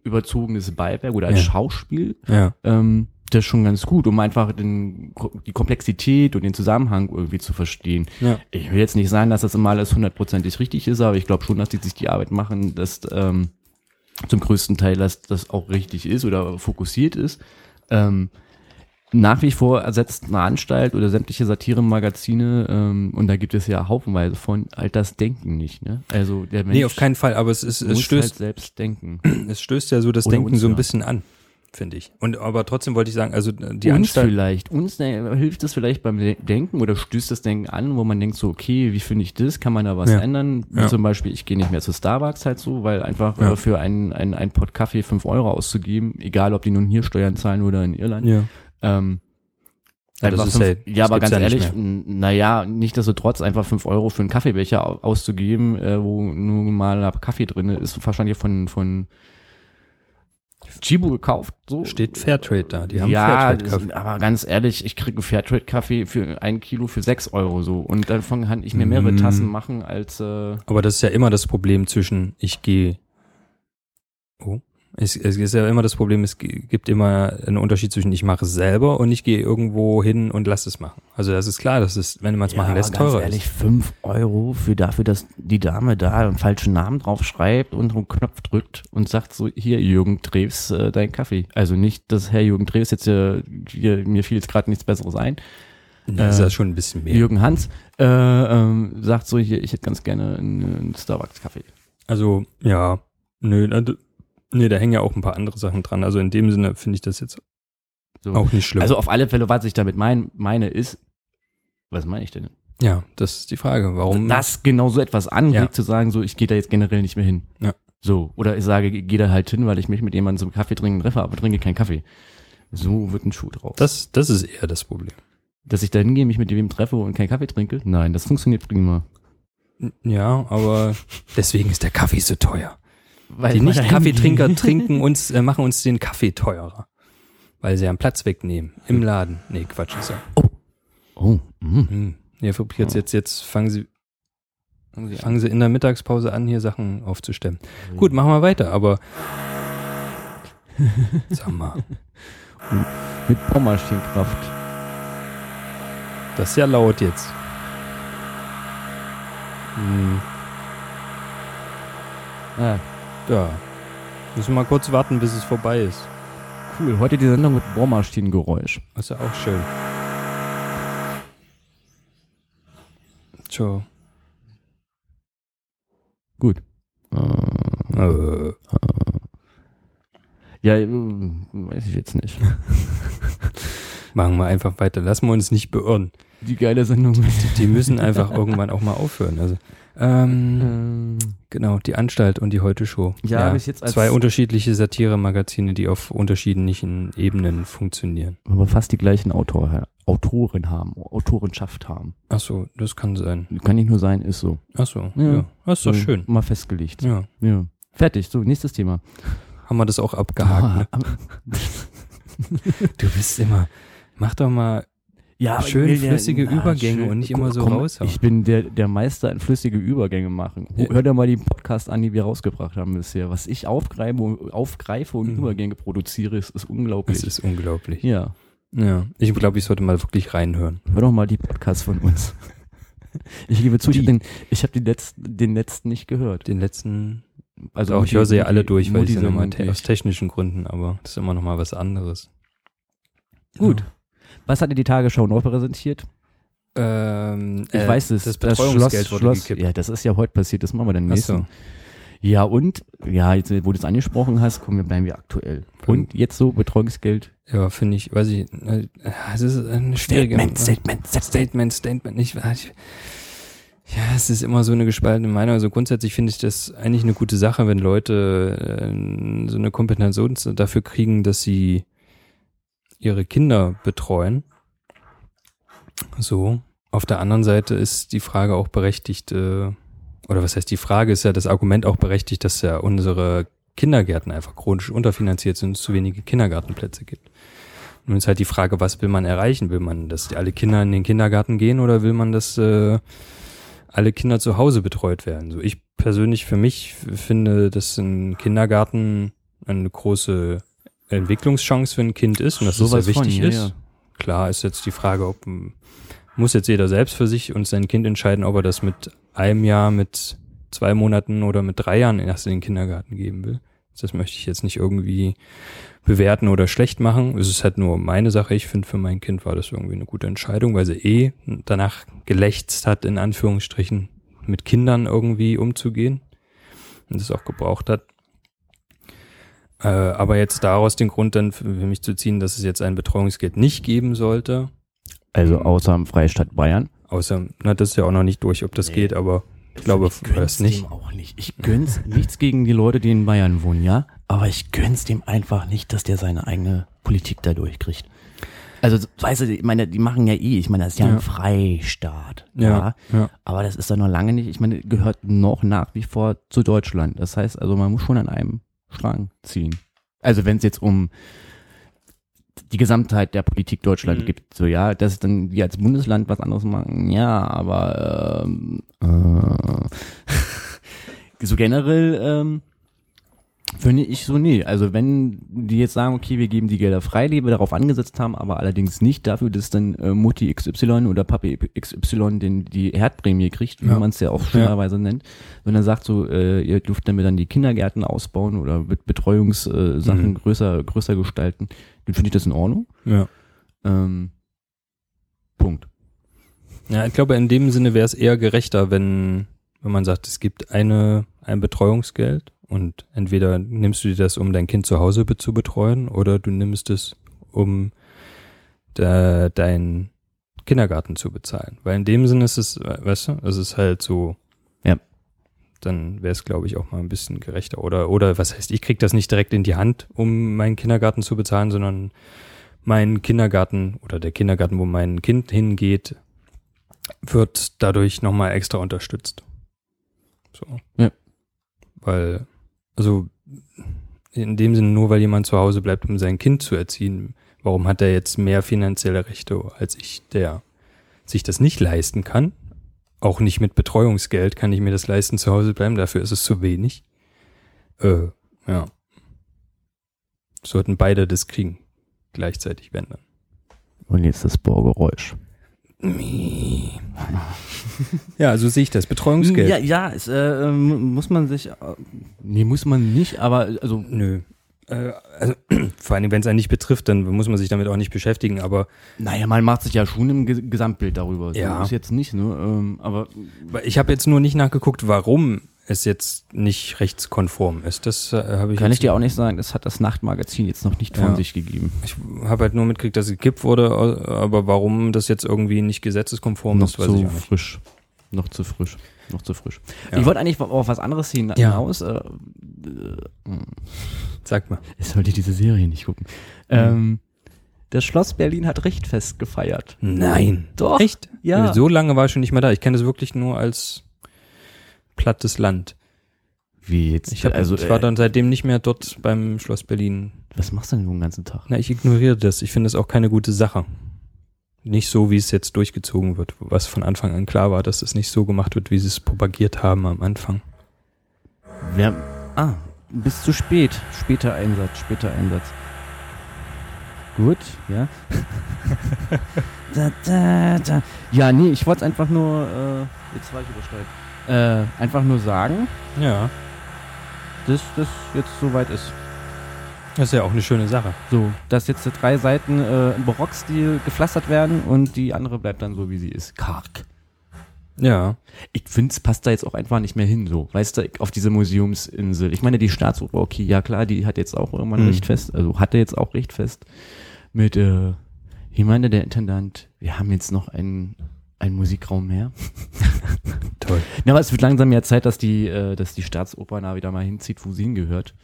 überzogenes Beiwerk oder als
Ja.
Schauspiel,
Ja.
ähm, das ist schon ganz gut, um einfach den, die Komplexität und den Zusammenhang irgendwie zu verstehen.
ja.
Ich will jetzt nicht sagen, dass das immer alles hundertprozentig richtig ist, aber ich glaube schon, dass die sich die Arbeit machen, dass ähm, zum größten Teil dass das auch richtig ist oder fokussiert ist. Ähm, nach wie vor ersetzt eine Anstalt oder sämtliche Satire-Magazine, ähm, und da gibt es ja haufenweise von, halt das Denken nicht. Ne? Also der Mensch
Nee, auf keinen Fall, aber es, ist, es,
muss halt
stößt,
selbst denken.
es stößt ja so das
Oder
Denken
uns,
so ein
ja.
bisschen an, finde ich. Und aber trotzdem wollte ich sagen, also die
uns
Anstalt.
vielleicht, uns ne, hilft es vielleicht beim De- Denken oder stößt das Denken an, wo man denkt so, okay, wie finde ich das, kann man da was
Ja.
ändern? Wie
Ja.
zum Beispiel, ich gehe nicht mehr zu Starbucks halt so, weil einfach
Ja.
äh, für einen, einen, einen Pott Kaffee fünf Euro auszugeben, egal ob die nun hier Steuern zahlen oder in Irland,
Ja.
ähm,
Ja,
Einfach
das ist
fünf,
ja,
ja
das
aber
gibt's
ganz
ja nicht
ehrlich, naja, nicht dass trotz einfach fünf Euro für einen Kaffeebecher au- auszugeben, äh, wo nur mal ein Kaffee drin ist, wahrscheinlich von, von Chibo gekauft. So.
Steht Fairtrade da. Die haben
ja,
Fairtrade-Kaffee.
das- aber ganz ehrlich, ich kriege einen Fairtrade-Kaffee für ein Kilo für sechs Euro so. Und davon kann ich mir mehrere
Mm.
Tassen machen als äh,
Aber das ist ja immer das Problem zwischen ich gehe. Oh. Es, es ist ja immer das Problem, es g- gibt immer einen Unterschied zwischen ich mache es selber und ich gehe irgendwo hin und lass es machen. Also das ist klar, dass es, wenn man es
Ja,
machen
aber
lässt,
ganz
teurer
ehrlich,
ist.
5 Euro für dafür, dass die Dame da einen falschen Namen drauf schreibt und einen Knopf drückt und sagt so, hier Jürgen Drews, äh, dein Kaffee. Also nicht, dass Herr Jürgen Drews jetzt äh, hier, mir fiel jetzt gerade nichts Besseres ein.
Ja, ist
äh,
ja schon ein bisschen mehr.
Jürgen Hans äh, ähm, sagt so, hier, ich hätte ganz gerne einen, einen Starbucks-Kaffee.
Also, ja, nö, da, nee, da hängen ja auch ein paar andere Sachen dran. Also in dem Sinne finde ich das jetzt
So.
auch nicht schlimm.
Also auf alle Fälle, was ich damit mein, meine ist, was meine ich denn?
ja, das ist die Frage. Warum?
das genau so etwas anregt,
Ja.
zu sagen, so ich gehe da jetzt generell nicht mehr hin.
Ja.
So. Oder ich sage, ich gehe da halt hin, weil ich mich mit jemandem zum Kaffee trinken treffe, aber trinke keinen Kaffee. So wird ein Schuh draus.
das, das ist eher das Problem.
Dass ich da hingehe, mich mit wem treffe und keinen Kaffee trinke? Nein, das funktioniert prima.
Ja, aber deswegen ist der Kaffee so teuer.
Weil
Die
man
Nicht-Kaffeetrinker trinken uns, äh, machen uns den Kaffee teurer. Weil sie einen Platz wegnehmen. Im Laden. Nee, Quatsch. Ist ja.
Oh, mh.
Hm. Ja, probiert's jetzt, jetzt fangen sie,
Gut,
fangen sie in der Mittagspause an, hier Sachen aufzustemmen. Gut, machen wir weiter, aber. Sag mal,
mit Bohrmaschinenkraft.
das ist ja laut jetzt.
Ah,
Ja. Müssen wir mal kurz warten, bis es vorbei ist.
cool. Heute die Sendung mit Bohrmaschinengeräusch.
Ist ja auch schön. Ciao.
Gut.
Äh.
Ja, äh, weiß ich jetzt nicht.
Machen wir einfach weiter. Lassen wir uns nicht beirren.
Die geile Sendung mit.
Die müssen einfach irgendwann auch mal aufhören. Also, ähm,
Ähm,
genau, die Anstalt und die Heute-Show.
Ja, hab ich jetzt als-
Zwei unterschiedliche Satire-Magazine, die auf unterschiedlichen Ebenen funktionieren.
aber fast die gleichen Autor, Autoren haben, Autorenschaft haben.
Ach so, das kann sein.
Kann nicht nur sein, ist so.
Ach so,
Ja. Mhm.
ja. Das ist doch
so,
schön.
Mal festgelegt. Ja.
Ja.
Fertig, so, nächstes Thema.
Haben wir das auch abgehakt. ne?
Ah,
Du bist immer, mach doch mal
ja, aber ich
schön
will ja-
flüssige
ah,
Übergänge
schön.
und nicht
Guck,
immer so
komm,
raushauen.
Ich bin der, der Meister in flüssige Übergänge machen. Ho-
Ja.
Hör dir mal die Podcast an, die wir rausgebracht haben bisher. Was ich aufgreife und, aufgreife und Übergänge produziere, ist, ist unglaublich.
es ist unglaublich.
ja,
Ja. Ich glaube, ich sollte mal wirklich reinhören.
hör doch mal die Podcasts von uns. Ich gebe zu, ich habe den, ich hab den, letzten, den letzten nicht gehört.
Den letzten
Also
Doch, ich höre sie ja alle durch, weil ich sie
diese
nochmal te aus technischen Gründen, aber das ist immer nochmal was anderes.
Gut. Was hatte die Tagesschau neu präsentiert?
Ähm,
Ich
äh,
weiß es.
Das Betreuungsgeld
Schloss,
wurde
Schloss,
gekippt.
Ja, das ist ja heute passiert. Das machen wir dann
Ach
nächsten.
so.
Ja, und, ja, jetzt, wo du es angesprochen hast, kommen wir, bleiben wir aktuell.
Hm.
Und jetzt so Betreuungsgeld.
Ja, finde ich, weiß ich, äh, es ist eine schwierige
Statement,
Statement, Statement, nicht wahr? Ich- Ja, es ist immer so eine gespaltene Meinung. Also grundsätzlich finde ich das eigentlich eine gute Sache, wenn Leute äh, so eine Kompensation dafür kriegen, dass sie ihre Kinder betreuen. So. Auf der anderen Seite ist die Frage auch berechtigt, äh, oder was heißt die Frage, ist ja das Argument auch berechtigt, dass ja unsere Kindergärten einfach chronisch unterfinanziert sind und es zu wenige Kindergartenplätze gibt. Nun ist halt die Frage, was will man erreichen? Will man, dass die alle Kinder in den Kindergarten gehen oder will man, dass äh, alle Kinder zu Hause betreut werden? So, ich persönlich für mich f- finde, dass ein Kindergarten eine große Entwicklungschance für ein Kind ist und dass das sehr wichtig ist. Klar ist jetzt die Frage, ob m- muss jetzt jeder selbst für sich und sein Kind entscheiden, ob er das mit einem Jahr, mit zwei Monaten oder mit drei Jahren erst in den Kindergarten geben will. Das möchte ich jetzt nicht irgendwie bewerten oder schlecht machen. Es ist halt nur meine Sache. Ich finde, für mein Kind war das irgendwie eine gute Entscheidung, weil sie eh danach gelächzt hat, in Anführungsstrichen, mit Kindern irgendwie umzugehen und das auch gebraucht hat. Äh, aber jetzt daraus den Grund dann für für mich zu ziehen, dass es jetzt ein Betreuungsgeld nicht geben sollte,
Also außer im Freistaat Bayern.
außer, na, das ist ja auch noch nicht durch, ob das
Nee.
geht, aber ich glaube, das nicht.
auch nicht. Ich gönn's nichts gegen die Leute, die in Bayern wohnen, ja. Aber ich gönn's dem einfach nicht, dass der seine eigene Politik da durchkriegt. Also, weißt du, ich meine, die machen ja eh, ich meine, das ist ja,
Ja.
ein Freistaat.
Ja, ja.
Aber das ist doch noch lange nicht, ich meine, gehört noch nach wie vor zu Deutschland. Das heißt also, man muss schon an einem Strang ziehen. Also, wenn es jetzt um die Gesamtheit der Politik Deutschland
Mhm.
gibt, so ja, dass dann wir als Bundesland was anderes machen, ja, aber ähm, äh, so generell ähm, finde ich so nee. Also wenn die jetzt sagen, okay, wir geben die Gelder frei, die wir darauf angesetzt haben, aber allerdings nicht dafür, dass dann äh, Mutti XY oder Papi XY den, die Herdprämie kriegt, wie
Ja.
man es ja auch schönerweise nennt, sondern sagt so, äh, ihr dürft damit dann die Kindergärten ausbauen oder Betreuungssachen äh, Sachen
Mhm.
größer, größer gestalten, dann finde ich das in Ordnung.
ja.
Ähm, Punkt.
Ja, ich glaube, in dem Sinne wäre es eher gerechter, wenn, wenn man sagt, es gibt eine, ein Betreuungsgeld und entweder nimmst du dir das, um dein Kind zu Hause be zu betreuen, oder du nimmst es, um da, deinen Kindergarten zu bezahlen. Weil in dem Sinne ist es, äh, weißt du, es ist halt so.
Ja.
Dann wäre es, glaube ich, auch mal ein bisschen gerechter. Oder, oder was heißt, ich krieg das nicht direkt in die Hand, um meinen Kindergarten zu bezahlen, sondern mein Kindergarten oder der Kindergarten, wo mein Kind hingeht, wird dadurch nochmal extra unterstützt. So.
Ja.
Weil, also in dem Sinne, nur weil jemand zu Hause bleibt, um sein Kind zu erziehen, warum hat er jetzt mehr finanzielle Rechte als ich, der sich das nicht leisten kann? Auch nicht mit Betreuungsgeld kann ich mir das leisten, zu Hause bleiben, dafür ist es zu wenig. Äh, ja. Sollten beide das kriegen. Gleichzeitig, wenn dann.
Und jetzt das Bohrgeräusch.
Ja, also sehe ich das. Betreuungsgeld.
Hm, Ja, ja, es, äh, ähm, muss man sich. Äh, nee, muss man nicht, aber äh, also.
Nö. Äh, also, vor allem, wenn es einen nicht betrifft, dann muss man sich damit auch nicht beschäftigen. Aber
Naja, man macht sich ja schon im Ge- Gesamtbild darüber.
Ja.
So ist jetzt nicht, ne? Ähm, aber
ich habe jetzt nur nicht nachgeguckt, warum es jetzt nicht rechtskonform ist. Das äh, habe ich.
kann ich
jetzt,
dir auch nicht sagen, das hat das Nachtmagazin jetzt noch nicht von
Ja.
sich gegeben.
Ich habe halt nur mitgekriegt, dass es gekippt wurde, äh, aber warum das jetzt irgendwie nicht gesetzeskonform
noch
ist, weiß ich auch
zu
nicht.
frisch. Noch zu frisch. Noch zu frisch.
Ja.
Ich wollte eigentlich auf was anderes hin-
Ja.
hinaus. Äh,
Sag mal.
ich sollte diese Serie nicht gucken. Ähm, das Schloss Berlin hat recht festgefeiert.
Nein.
Doch.
Echt?
Ja.
So lange war ich schon nicht mehr da. Ich kenne es wirklich nur als plattes Land.
Wie jetzt?
Ich, hab,
also,
ich war
äh,
dann seitdem nicht mehr dort beim Schloss Berlin
was machst du denn den ganzen Tag?
Na, ich ignoriere das. Ich finde es auch keine gute Sache. Nicht so, wie es jetzt durchgezogen wird, was von Anfang an klar war, dass es nicht so gemacht wird, wie sie es propagiert haben am Anfang.
Wir haben, ah, bis zu spät. Später Einsatz, später Einsatz. Gut, ja. da, da, da. Ja, nee, ich wollte es einfach nur, äh, jetzt war ich übersteuert, äh, einfach nur sagen,
Ja,
dass das jetzt soweit ist.
das ist ja auch eine schöne Sache.
So, dass jetzt die drei Seiten äh, im Barockstil gepflastert werden und die andere bleibt dann so, wie sie ist. Karg.
Ja,
ich finde, es passt da jetzt auch einfach nicht mehr hin, so. Weißt du, auf diese Museumsinsel. Ich meine, die Staatsoper, okay, ja klar, die hat jetzt auch irgendwann
Mhm.
recht fest, also hatte jetzt auch recht fest mit, äh, ich meine, der Intendant, wir haben jetzt noch einen, einen Musikraum mehr.
toll.
Na, aber es wird langsam ja Zeit, dass die, äh, dass die Staatsoper da wieder mal hinzieht, wo sie hingehört.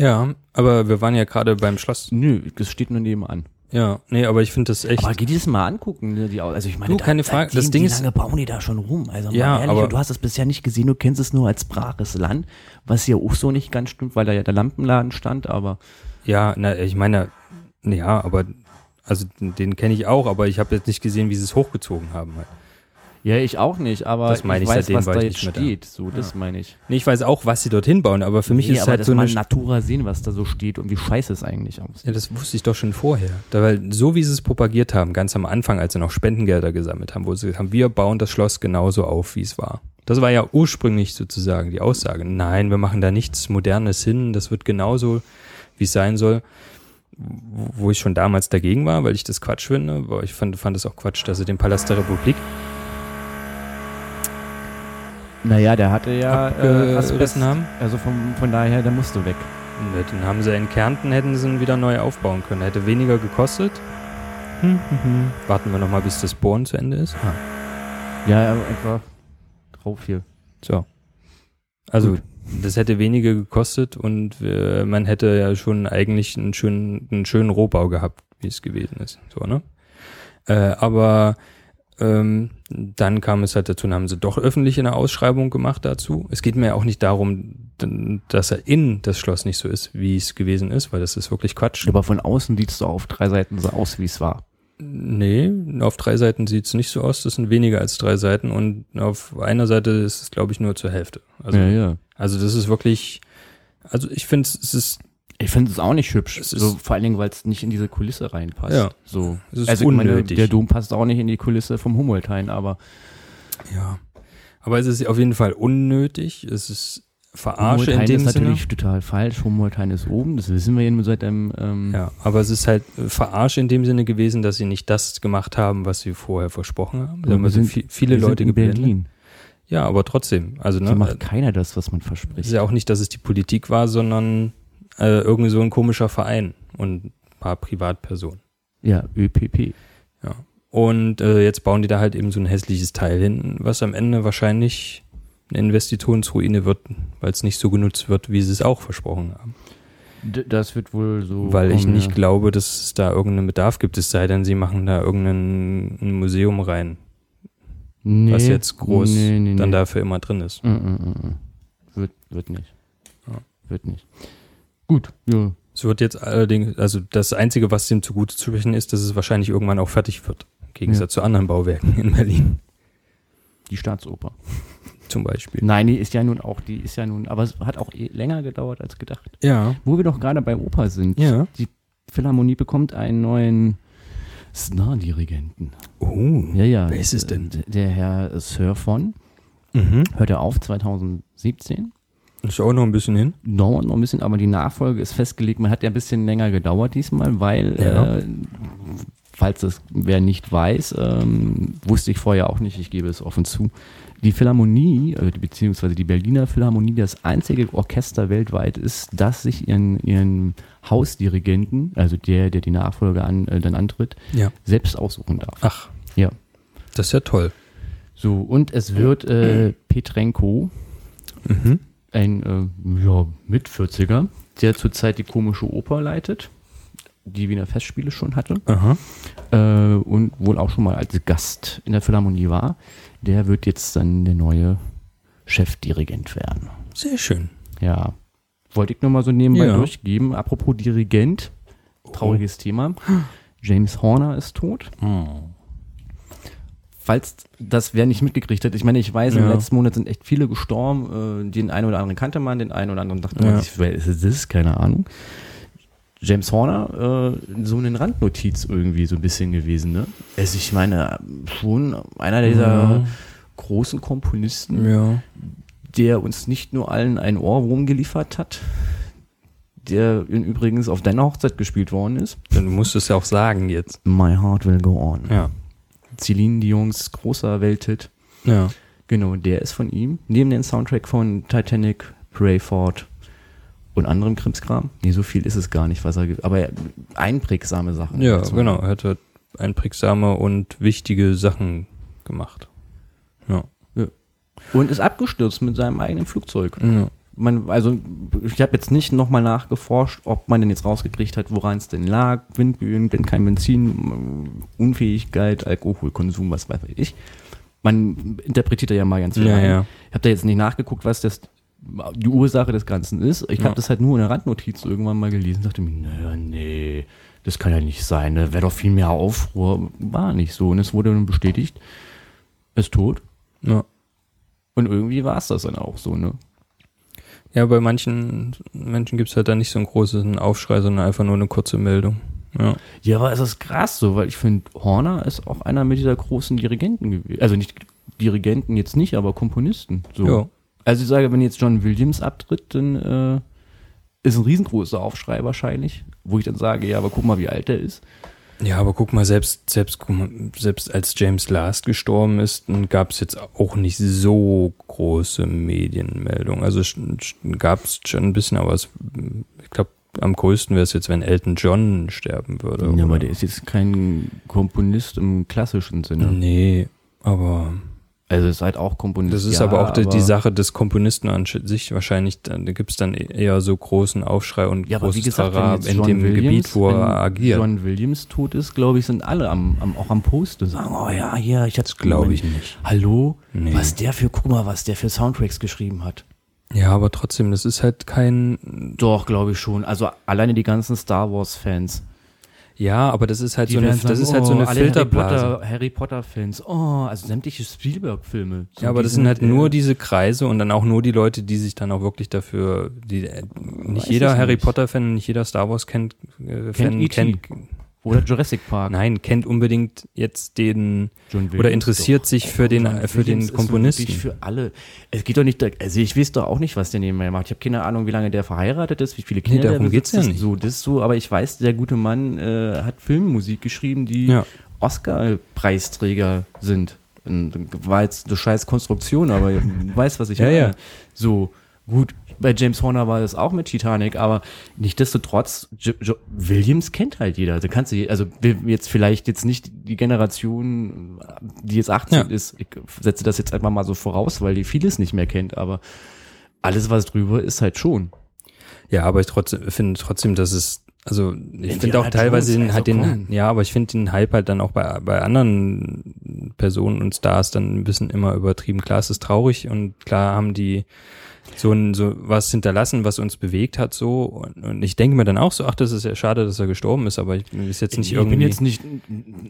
Ja, aber wir waren ja gerade beim Schloss.
Nö, das steht nur nebenan.
Ja, nee, aber ich finde das echt.
Aber geh dir das mal angucken, ne, die, Au- also ich meine,
Du, keine Frage, das
die-
Ding
wie
ist-
lange bauen die da schon rum? Also mal
Ja,
ehrlich,
aber-
und du hast es bisher nicht gesehen, du kennst es nur als braches Land, was hier auch so nicht ganz stimmt, weil da ja der Lampenladen stand, aber
ja, na, ich meine, ja, aber also den, den kenne ich auch, aber ich habe jetzt nicht gesehen, wie sie es hochgezogen haben. Halt.
ja, ich auch nicht, aber
Das meine ich,
weiß,
seitdem
was
war
da
ich
jetzt
nicht mehr da.
steht, so, das meine ich.
Nee, ich weiß auch, was sie dorthin bauen, aber für mich
Nee,
ist es
aber
halt
dass
so
man
eine
Natura sehen, was da so steht und wie scheiße es eigentlich aussieht.
Ja, das wusste ich doch schon vorher. Da, weil so wie sie es propagiert haben, ganz am Anfang, als sie noch Spendengelder gesammelt haben, wo sie gesagt haben, wir bauen das Schloss genauso auf, wie es war. Das war ja ursprünglich sozusagen die Aussage. Nein, wir machen da nichts Modernes hin, das wird genauso, wie es sein soll. Wo wo ich schon damals dagegen war, weil ich das Quatsch finde, weil ich fand, fand es auch Quatsch, dass sie den Palast der Republik
Naja, der hatte ja äh, Asbest,
abgerissen haben.
also von, von daher, der musste weg.
Ne, Den haben sie in Kärnten, hätten sie ihn wieder neu aufbauen können. Hätte weniger gekostet. Hm, hm, hm. Warten wir nochmal, bis das Bohren zu Ende ist.
Ja, einfach drauf hier.
So. Also,
Gut.
das hätte weniger gekostet und äh, man hätte ja schon eigentlich einen schönen, einen schönen Rohbau gehabt, wie es gewesen ist. So, ne? Äh, aber ähm, dann kam es halt dazu, dann haben sie doch öffentlich eine Ausschreibung gemacht dazu. Es geht mir ja auch nicht darum, d- dass er in das Schloss nicht so ist, wie es gewesen ist, weil das ist wirklich Quatsch.
Aber von außen sieht es doch auf drei Seiten so aus, wie es war.
Nee, auf drei Seiten sieht's nicht so aus. Das sind weniger als drei Seiten und auf einer Seite ist es, glaube ich, nur zur Hälfte. Also,
ja.
also das ist wirklich, also ich finde, es ist,
Ich finde es auch nicht hübsch.
Es ist-
So, vor allen Dingen, weil es nicht in diese Kulisse reinpasst.
Ja.
So.
es ist
Also ich
unnötig.
meine, der Dom passt auch nicht in die Kulisse vom Humboldt rein, aber
ja. Aber es ist auf jeden Fall unnötig. Es ist verarsche in dem
ist
Sinne.
natürlich total falsch. Humboldt ist oben, das wissen wir ja nur seit einem ähm,
Ja, aber es ist halt äh, verarsche in dem Sinne gewesen, dass sie nicht das gemacht haben, was sie vorher versprochen haben.
Ja,
Da haben
wir
sie
sind-
vi- viele
wir sind
Leute
in
geblendet.
Berlin.
Ja, aber trotzdem. Also,
Da
ne,
macht keiner das, was man
es
verspricht.
ist ja auch nicht, dass es die Politik war, sondern äh, irgendwie so ein komischer Verein und ein paar Privatpersonen.
Ja, ÖPP.
Und äh, jetzt bauen die da halt eben so ein hässliches Teil hin, was am Ende wahrscheinlich eine Investitionsruine wird, weil es nicht so genutzt wird, wie sie es auch versprochen haben.
D das wird wohl so.
weil ich
kommen,
nicht
ja.
glaube, dass es da irgendeinen Bedarf gibt, es sei denn, sie machen da irgendein ein Museum rein,
nee,
was jetzt groß
nee, nee,
dann
nee.
dafür immer drin ist.
Mm, mm, mm, mm. Wird, wird nicht.
Ja.
Wird nicht. Gut, ja.
Es wird jetzt allerdings, also das Einzige, was dem zugute zu sprechen ist, dass es wahrscheinlich irgendwann auch fertig wird. Im Gegensatz zu anderen Bauwerken in Berlin
Die Staatsoper.
zum Beispiel.
Nein, die ist ja nun auch, die ist ja nun, aber es hat auch eh länger gedauert als gedacht.
Ja,
Wo wir doch gerade bei Oper sind.
ja.
Philharmonie bekommt einen neuen Snar-Dirigenten.
Oh.
Ja, ja.
Wer ist es denn?
D- Der Herr Sir von.
Mhm.
Hört er auf 2017.
Ist auch noch ein bisschen hin.
Dauert noch ein bisschen, aber die Nachfolge ist festgelegt. Man hat ja ein bisschen länger gedauert diesmal, weil,
Ja.
äh, falls das wer nicht weiß, ähm, wusste ich vorher auch nicht, ich gebe es offen zu. Die Philharmonie, äh, die- beziehungsweise die Berliner Philharmonie, das einzige Orchester weltweit ist, das sich ihren, ihren Hausdirigenten, also der, der die Nachfolge an, äh, dann antritt,
Ja.
selbst aussuchen darf.
Ach.
Ja.
Das ist ja toll.
So, und es wird äh, Petrenko, ein äh, ja, mit 40er, der zurzeit die komische Oper leitet, die Wiener Festspiele schon hatte
Aha.
äh, und wohl auch schon mal als Gast in der Philharmonie war, der wird jetzt dann der neue Chefdirigent werden.
Sehr schön.
Ja, wollte ich nur mal so nebenbei
Ja.
durchgeben. Apropos Dirigent, trauriges Thema. James Horner ist tot. Hm. Falls das wer nicht mitgekriegt hat, ich meine, ich weiß, im
Ja.
letzten Monat sind echt viele gestorben. Äh, den einen oder anderen kannte man, den einen oder anderen dachte
Ja.
man, sich, wer ist das? Keine Ahnung. James Horner, äh, so eine Randnotiz irgendwie so ein bisschen gewesen, ne? Also ich meine, schon einer dieser
Ja.
großen Komponisten,
Ja.
der uns nicht nur allen einen Ohrwurm geliefert hat, der in- übrigens auf deiner Hochzeit gespielt worden ist.
Dann musst du es ja auch sagen jetzt.
My Heart Will Go On.
Ja.
Celine Dions großer Welthit.
Ja.
Genau, der ist von ihm. Neben den Soundtrack von Titanic, Pray Ford und anderem Krimskram. Nee, so viel ist es gar nicht, was er, ge- aber einprägsame Sachen.
Ja,
Also,
genau. Er hat halt einprägsame und wichtige Sachen gemacht.
Und ist abgestürzt mit seinem eigenen Flugzeug.
Ja.
man, also ich habe jetzt nicht nochmal nachgeforscht, ob man denn jetzt rausgekriegt hat, woran es denn lag. Windböen, denn kein Benzin, äh, Unfähigkeit, Alkoholkonsum, was weiß ich. Man interpretiert da ja mal ganz viel.
Ja,
rein.
ja.
Ich habe da jetzt nicht nachgeguckt, was das die Ursache des Ganzen ist. Ich habe
Ja.
das halt nur in der Randnotiz irgendwann mal gelesen und dachte mir, naja, nee, das kann ja nicht sein. Da wäre doch viel mehr Aufruhr. War nicht so. Und es wurde dann bestätigt, er ist tot.
Ja.
Und irgendwie war es das dann auch so, ne?
ja, bei manchen Menschen gibt's halt da nicht so einen großen Aufschrei, sondern einfach nur eine kurze Meldung. Ja.
Ja, aber es ist krass so, weil ich finde, Horner ist auch einer mit dieser großen Dirigenten gewesen. Also nicht Dirigenten jetzt nicht, aber Komponisten. So.
Ja.
Also ich sage, wenn jetzt John Williams abtritt, dann äh, ist ein riesengroßer Aufschrei wahrscheinlich, wo ich dann sage, ja, aber guck mal, wie alt er ist.
ja, aber guck mal, selbst, selbst, guck mal, selbst als James Last gestorben ist, dann gab's jetzt auch nicht so große Medienmeldungen. Also sch- sch- gab's schon ein bisschen, aber es, ich glaube, am größten wäre es jetzt, wenn Elton John sterben würde.
Ja, aber
oder? Mhm.
der ist jetzt kein Komponist im klassischen Sinne.
Nee, aber
Also ist halt auch Komponist.
Das ist
ja,
aber auch die, die Sache des Komponisten an sich wahrscheinlich. Da gibt es dann eher so großen Aufschrei und
Ja, aber wie
großes
gesagt,
Trara
wenn jetzt
in
John
dem
Williams,
Gebiet, wo
wenn
er agiert.
John Williams tot ist, glaube ich, sind alle am, am, auch am Post und sagen, oh ja, hier, ich hatte
Glaube ich nicht.
Hallo?
Nee.
Was der für, guck mal, was der für Soundtracks geschrieben hat.
Ja, aber trotzdem, das ist halt kein.
Doch, glaube ich schon. Also alleine die ganzen Star Wars-Fans.
Ja, aber das ist halt
Die
so eine,
werden sagen,
das ist halt so
oh,
eine
alle
Filterblase.
Harry Potter-Fans. oh, also sämtliche Spielberg-Filme. äh,
Ja, aber das sind halt nur diese Kreise und dann auch nur die Leute, die sich dann auch wirklich dafür, die äh, nicht jeder
ich
Harry
nicht.
Potter Fan, nicht jeder Star Wars kennt, äh, Fan
E.T..
kennt,
E Oder Jurassic Park.
nein, kennt unbedingt jetzt den oder interessiert sich für den
John
äh, für
Williams
den
ist
Komponisten.
wirklich Für alle. Es geht doch nicht, da- also ich weiß doch auch nicht, was der nebenbei macht. Ich habe keine Ahnung, wie lange der verheiratet ist, wie viele Kinder
darum
der
geht's
besitzt. Das
ja nicht.
So, das so, aber ich weiß, der gute Mann äh, hat Filmmusik geschrieben, die
Ja.
Oscar-Preisträger sind. Und War jetzt eine scheiß Konstruktion, aber ihr weiß, was ich
Ja,
meine.
ja.
So, gut, bei James Horner war das auch mit Titanic, aber nichtdestotrotz, J J Williams kennt halt jeder. Also kannst du, je- also wir- jetzt vielleicht jetzt nicht die Generation, die jetzt 18
Ja.
ist, ich setze das jetzt einfach mal so voraus, weil die vieles nicht mehr kennt, aber alles, was drüber ist, halt schon.
Ja, aber ich trotzdem finde trotzdem, dass es also ich
Indiana
finde auch teilweise
Jones,
den, halt
also
den
komm.
ja, aber ich finde den Hype halt dann auch bei bei anderen Personen und Stars dann ein bisschen immer übertrieben. Klar, es ist traurig und klar haben die so ein so was hinterlassen, was uns bewegt hat so und, und ich denke mir dann auch so, ach, das ist ja schade, dass er gestorben ist, aber ich ist jetzt nicht
ich
irgendwie
bin jetzt nicht,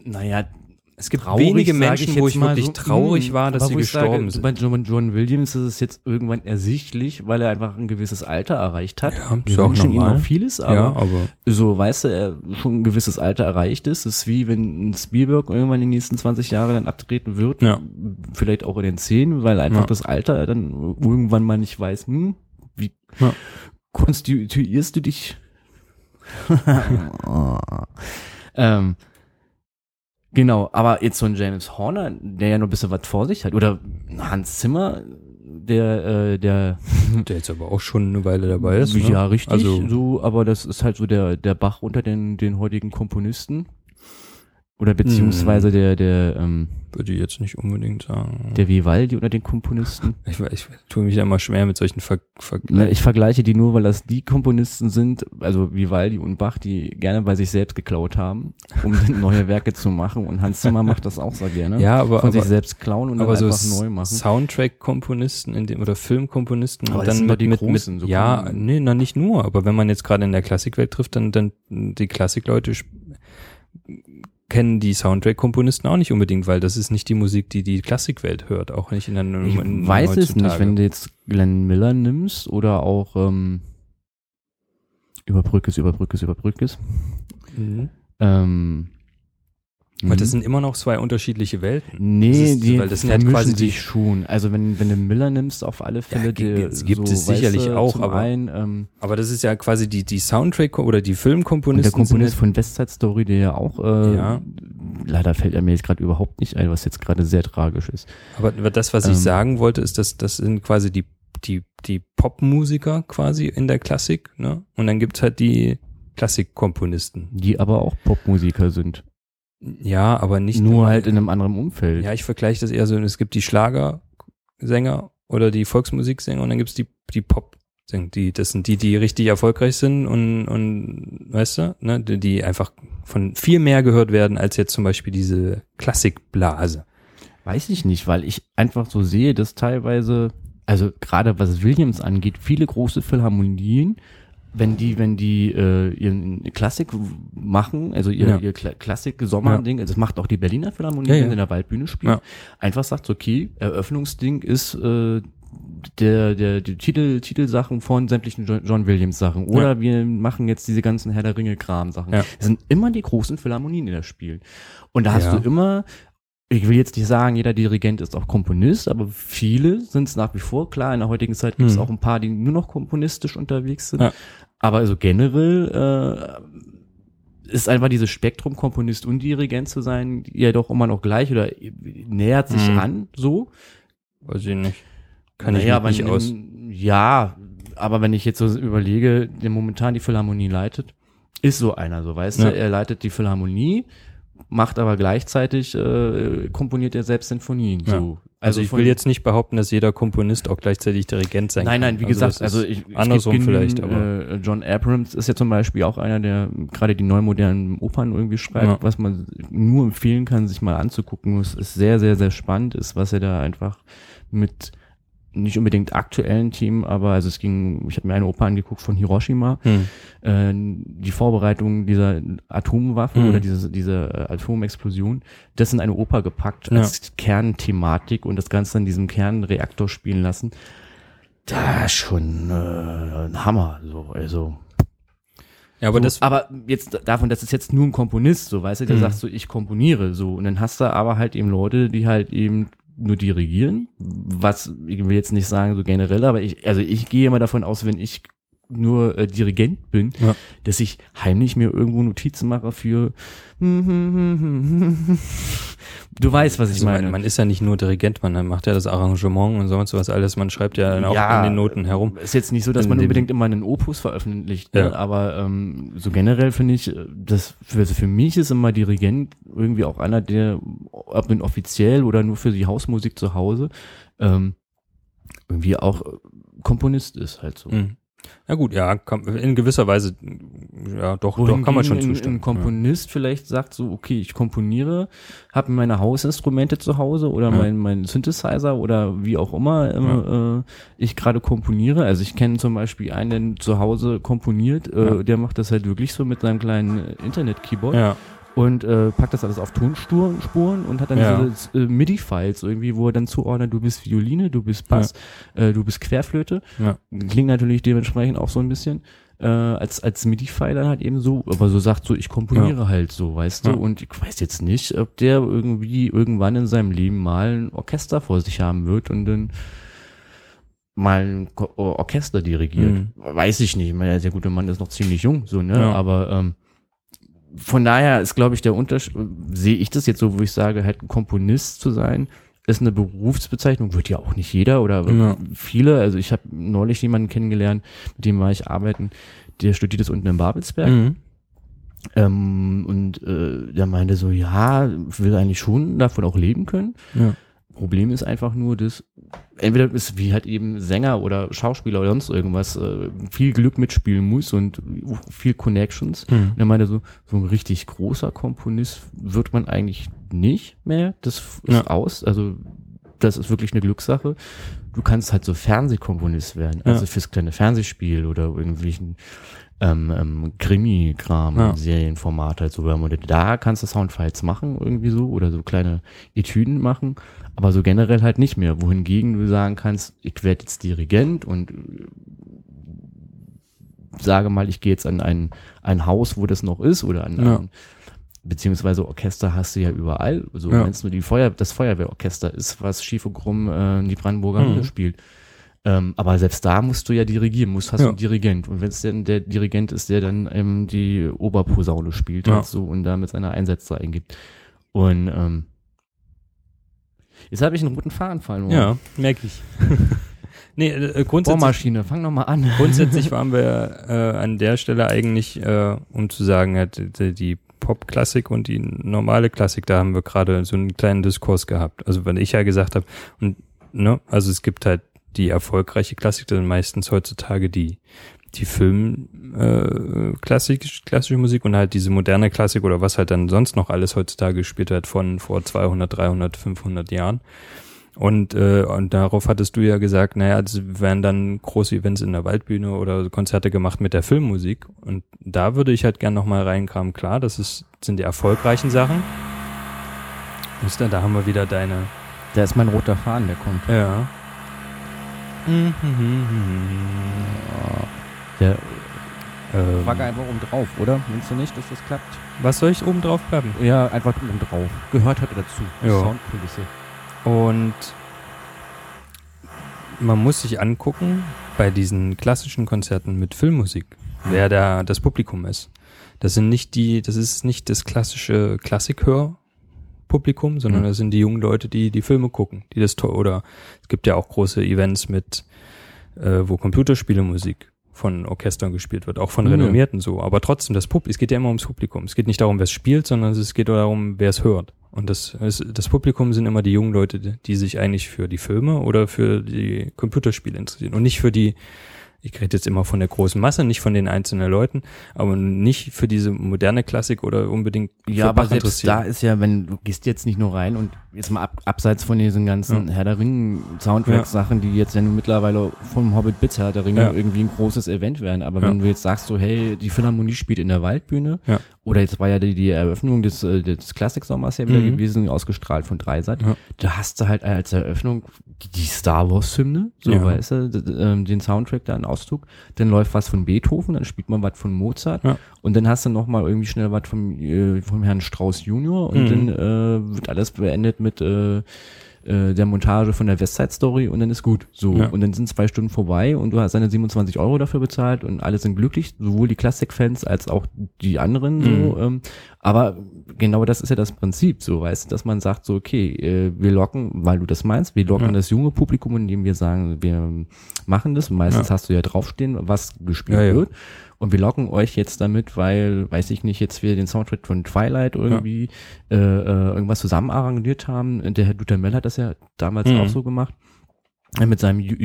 naja,
es gibt
traurig,
wenige
sag
Menschen,
ich
wo
jetzt
ich
mal
wirklich
so,
traurig
mm,
war, dass
aber
sie
wo ich
gestorben
sage,
sind.
Bei John, John Williams ist es jetzt irgendwann ersichtlich, weil er einfach ein gewisses Alter erreicht hat.
Ja, ist
Wir
auch
wünschen ihm
normal.
noch vieles, aber
ja, aber
so, weißt du, er schon ein gewisses Alter erreicht ist. Das ist wie wenn ein Spielberg irgendwann in den nächsten 20 Jahren dann abtreten wird.
Ja.
Vielleicht auch in den 10, weil einfach
Ja.
das Alter dann irgendwann mal nicht weiß, hm, wie
Ja.
konstituierst du dich? ähm, genau, aber jetzt so ein James Horner, der ja noch ein bisschen was vor sich hat, oder Hans Zimmer, der, äh, der
der jetzt aber auch schon eine Weile dabei ist. Ne?
ja, richtig.
Also-
so, aber das ist halt so der, der Bach unter den, den heutigen Komponisten. Oder beziehungsweise der, der, ähm,
Würde ich jetzt nicht unbedingt sagen.
der Vivaldi unter den Komponisten.
Ich, weiß, ich tue mich da immer schwer mit solchen Ver
Ne,
Vergleichen.
Ich vergleiche die nur, weil das die Komponisten sind, also Vivaldi und Bach, die gerne bei sich selbst geklaut haben, um dann neue Werke zu machen. Und Hans Zimmer macht das auch sehr gerne.
Ja, aber,
Von sich
aber,
selbst klauen und
aber
dann
so
einfach neu machen.
Soundtrack-Komponisten in dem, oder Filmkomponisten
Aber
und
das sind
dann
doch
mit,
die
mit,
Großen,
mit
so kann
ja,
man-
nee, na nicht nur, aber wenn man jetzt gerade in der Klassikwelt trifft, dann, dann die Klassikleute sp- kennen die Soundtrack-Komponisten auch nicht unbedingt, weil das ist nicht die Musik, die die Klassikwelt hört, auch nicht in der
Ich
in,
weiß es nicht,
heutzutage.
wenn du jetzt Glenn Miller nimmst oder auch ähm, Überbrückes, Überbrückes, Überbrückes.
Mhm.
Ähm,
Weil das
mhm.
sind immer noch zwei unterschiedliche Welten.
Nee,
das ist-
die
weil das sind halt
vermischen
quasi die-
sich schon. Also wenn, wenn du Miller nimmst, auf alle Fälle,
Ja,
die,
es gibt es sicherlich auch,
zum
aber-
einen, ähm,
Aber das ist ja quasi die, die Soundtrack- oder die
und
Filmkomponisten.
der
sind
Komponist
ja-
von West Side Story, der ja auch, äh,
Ja.
leider fällt er mir jetzt gerade überhaupt nicht ein, was jetzt gerade sehr tragisch ist.
Aber das, was
Ähm.
ich sagen wollte, ist, dass das sind quasi die, die, die Popmusiker quasi in der Klassik, ne? Und dann gibt's halt die Klassikkomponisten.
Die aber auch Popmusiker sind.
Ja, aber nicht
Nur halt in einem anderen Umfeld.
Ja, ich vergleiche das eher so, es gibt die Schlagersänger oder die Volksmusiksänger und dann gibt's die, die Pop. Die, das sind die, die richtig erfolgreich sind und, und weißt du, ne, die, die einfach von viel mehr gehört werden als jetzt zum Beispiel diese Klassikblase.
Weiß ich nicht, weil ich einfach so sehe, dass teilweise, also gerade was Williams angeht, viele große Philharmonien, wenn die, wenn die äh, ihren Klassik w- machen, also ihr,
Ja.
ihr Kla Klassik-Sommerding, also das macht auch die Berliner Philharmonie,
Ja,
wenn
ja.
sie in der Waldbühne spielen,
Ja.
einfach sagt, okay, Eröffnungsding ist äh, der, der, die Titel, Titelsachen von sämtlichen Jo- John Williams Sachen. Oder wir machen jetzt diese ganzen Herr der Ringe Kram Sachen.
Ja.
Das sind immer die großen Philharmonien, die da spielen. Und da hast
Ja.
du immer, ich will jetzt nicht sagen, jeder Dirigent ist auch Komponist, aber viele sind es nach wie vor. Klar, in der heutigen Zeit gibt es
Hm.
auch ein paar, die nur noch komponistisch unterwegs sind.
Ja.
Aber also generell äh, ist einfach dieses Spektrum, Komponist und Dirigent zu sein, ja doch immer noch gleich oder nähert sich
Hm.
an so.
Weiß ich nicht. Kann
Naja,
ich mich nicht
aber
aus.
in- Ja, aber wenn ich jetzt so überlege, der momentan die Philharmonie leitet, ist so einer, so weißt
Ja.
du, er leitet die Philharmonie, macht aber gleichzeitig, äh, komponiert er selbst Sinfonien.
Ja.
So.
Also, ich
von-
will jetzt nicht behaupten, dass jeder Komponist auch gleichzeitig Dirigent sein
Nein,
kann.
nein, wie
das
gesagt,
ist-
also ich, es
andersrum
gibt genügend,
vielleicht, aber-
äh, John Abrams ist ja zum Beispiel auch einer, der gerade die neu modernen Opern irgendwie schreibt,
Ja.
was man nur empfehlen kann, sich mal anzugucken. Es ist sehr, sehr, sehr spannend, ist, was er da einfach mit nicht unbedingt aktuellen Themen, aber also es ging, ich habe mir eine Oper angeguckt von Hiroshima,
Hm.
äh, die Vorbereitung dieser Atomwaffe
Mhm.
oder diese, diese äh, Atomexplosion, das in eine Oper gepackt
Ja.
als Kernthematik und das Ganze in diesem Kernreaktor spielen lassen. Da ist schon äh, ein Hammer. So, also.
Ja, aber
äh, so,
das,
aber jetzt davon, das ist jetzt nur ein Komponist, so weißt du, der
Mhm.
sagt so, ich komponiere so. Und dann hast du aber halt eben Leute, die halt eben nur dirigieren, was ich will jetzt nicht sagen so generell, aber ich, also ich gehe immer davon aus, wenn ich nur äh, Dirigent bin,
Ja.
dass ich heimlich mir irgendwo Notizen mache für hm, du weißt, was ich
also
meine.
man, man ist ja nicht nur Dirigent, man macht ja das Arrangement und sonst was alles, man schreibt ja dann auch
Ja.
an den Noten herum.
Ist jetzt nicht so, dass
In
man
dem-
unbedingt immer einen Opus veröffentlicht, ne?
Ja.
aber ähm, so generell finde ich, äh, das für, also für mich ist immer Dirigent irgendwie auch einer, der, ob nun offiziell oder nur für die Hausmusik zu Hause, ähm, irgendwie auch äh, Komponist ist halt so.
Hm. Ja gut, ja, kann, in gewisser Weise, ja doch, doch kann man schon
Wohingegen
zustimmen.
Ein, ein Komponist vielleicht sagt so, okay, ich komponiere, habe meine Hausinstrumente zu Hause oder
Ja.
mein, mein Synthesizer oder wie auch immer äh, äh, ich gerade komponiere. Also ich kenne zum Beispiel einen, der zu Hause komponiert, äh,
Ja.
der macht das halt wirklich so mit seinem kleinen äh, Internet-Keyboard
ja. ja,
und äh, packt das alles auf Tonspuren Spuren und hat dann
Ja.
diese äh, MIDI-Files irgendwie, wo er dann zuordnet, du bist Violine, du bist Bass, äh, du bist Querflöte.
Ja.
Klingt natürlich dementsprechend auch so ein bisschen äh, als, als MIDI-File dann halt eben so, aber so sagt so, ich komponiere halt so, weißt
Ja.
du, und ich weiß jetzt nicht, ob der irgendwie irgendwann in seinem Leben mal ein Orchester vor sich haben wird und dann mal ein Ko- Orchester dirigiert.
Mhm.
Weiß ich nicht, ich meine, der gute Mann ist noch ziemlich jung, so, ne,
Ja.
aber ähm, von daher ist, glaube ich, der Unterschied, sehe ich das jetzt so, wo ich sage, halt ein Komponist zu sein, ist eine Berufsbezeichnung, wird ja auch nicht jeder oder
Ja.
viele. Also ich habe neulich jemanden kennengelernt, mit dem war ich arbeiten, der studiert das unten in Babelsberg.
Mhm.
Ähm, und äh, der meinte so, ja, will eigentlich schon davon auch leben können.
ja.
Problem ist einfach nur, dass entweder ist wie halt eben Sänger oder Schauspieler oder sonst irgendwas äh, viel Glück mitspielen muss und viel Connections.
Mhm.
Und er meinte so, so ein richtig großer Komponist wird man eigentlich nicht mehr. Das f- ist
Ja.
aus. Also das ist wirklich eine Glückssache. Du kannst halt so Fernsehkomponist werden, also
Ja.
fürs kleine Fernsehspiel oder irgendwelchen ähm, ähm, Krimi-Kram,
Ja.
Serienformat halt so. Und da kannst du Soundfiles machen irgendwie so oder so kleine Etüden machen, aber so generell halt nicht mehr. Wohingegen du sagen kannst, ich werde jetzt Dirigent und äh, sage mal, ich gehe jetzt an ein, ein Haus, wo das noch ist oder an,
Ja.
ein, beziehungsweise Orchester hast du ja überall. So,
Ja.
wenn's nur die Feuer, das Feuerwehrorchester ist, was Schiefe Grumm äh, die Brandenburger
Mhm.
Mitte spielt. Ähm, aber selbst da musst du ja dirigieren, musst hast
Ja.
du einen Dirigent. Und wenn es denn der Dirigent ist, der dann ähm, die Oberposaune spielt
Ja.
halt so und da mit seiner Einsätze eingibt. Und ähm, jetzt habe ich einen roten Faden fallen.
ja merke ich. nee, äh, grundsätzlich,
Bohrmaschine, fang noch mal an.
grundsätzlich waren wir äh, an der Stelle eigentlich, äh, um zu sagen, halt, die, die Pop-Klassik und die normale Klassik, da haben wir gerade so einen kleinen Diskurs gehabt. Also wenn ich ja gesagt habe, und ne, also es gibt halt die erfolgreiche Klassik, das sind meistens heutzutage die die Film äh, klassisch, klassische Musik und halt diese moderne Klassik oder was halt dann sonst noch alles heutzutage gespielt hat von vor 200, 300, 500 Jahren. Und, äh, und darauf hattest du ja gesagt, naja, das wären dann große Events in der Waldbühne oder Konzerte gemacht mit der Filmmusik. Und da würde ich halt gern nochmal reinkramen. Klar, das ist, sind die erfolgreichen Sachen. Ist da, da haben wir wieder deine.
Da ist mein roter Faden, der kommt.
Ja. Mhm.
Der,
Ähm,
Wacke einfach oben drauf, oder? Meinst du nicht, dass das klappt?
was soll ich oben drauf bleiben?
Ja, einfach oben drauf. Gehört hat er dazu.
Ja.
Soundkulisse.
Und man muss sich angucken, bei diesen klassischen Konzerten mit Filmmusik, wer da das Publikum ist. Das sind nicht die, das ist nicht das klassische Klassikhörpublikum, sondern
Mhm.
das sind die jungen Leute, die die Filme gucken, die das toll, oder es gibt ja auch große Events mit, äh, wo Computerspiele Musik von Orchestern gespielt wird, auch von renommierten so. Aber trotzdem, das Pub, es geht ja immer ums Publikum. Es geht nicht darum, wer es spielt, sondern es geht darum, wer es hört. Und das, es, das Publikum sind immer die jungen Leute, die- die sich eigentlich für die Filme oder für die Computerspiele interessieren und nicht für die, ich rede jetzt immer von der großen Masse, nicht von den einzelnen Leuten, aber nicht für diese moderne Klassik oder unbedingt
Ja,
für
aber
Bach
selbst
interessieren.
da ist ja, wenn du gehst jetzt nicht nur rein und jetzt mal ab, abseits von diesen ganzen Herr der Ringe Soundtracks Sachen, die jetzt ja nun mittlerweile vom Hobbit bis Herr der Ringe
Ja.
irgendwie ein großes Event werden, aber
Ja.
wenn du jetzt sagst so, hey, die Philharmonie spielt in der Waldbühne
Ja.
oder jetzt war ja die, die Eröffnung des äh, des Klassiksommers ja wieder
Mhm.
gewesen, ausgestrahlt von Dreisat,
Ja.
da hast du halt als Eröffnung die, die Star Wars Hymne, so
Ja.
weißt du, d- d- ähm, den Soundtrack da in Auszug, dann läuft was von Beethoven, dann spielt man was von Mozart
Ja.
und dann hast du noch mal irgendwie schnell was vom, äh, vom Herrn Strauß Junior und
Mhm.
dann äh, wird alles beendet mit äh, äh, der Montage von der Westside Story und dann ist gut. So.
Ja.
Und dann sind zwei Stunden vorbei und du hast deine 27 Euro dafür bezahlt und alle sind glücklich, sowohl die Classic-Fans als auch die anderen
Mhm.
so. Ähm, aber genau das ist ja das Prinzip, so weißt du, dass man sagt, so, okay, äh, wir locken, weil du das meinst, wir locken
Ja.
das junge Publikum, indem wir sagen, wir machen das. Meistens hast du ja draufstehen, was gespielt
Ja, ja.
wird. Und wir locken euch jetzt damit, weil, weiß ich nicht, jetzt wir den Soundtrack von Twilight irgendwie äh, äh, irgendwas zusammen arrangiert haben. Der Herr Dutamel hat das ja damals
Mhm.
auch so gemacht. Äh, Mit seinem Ju-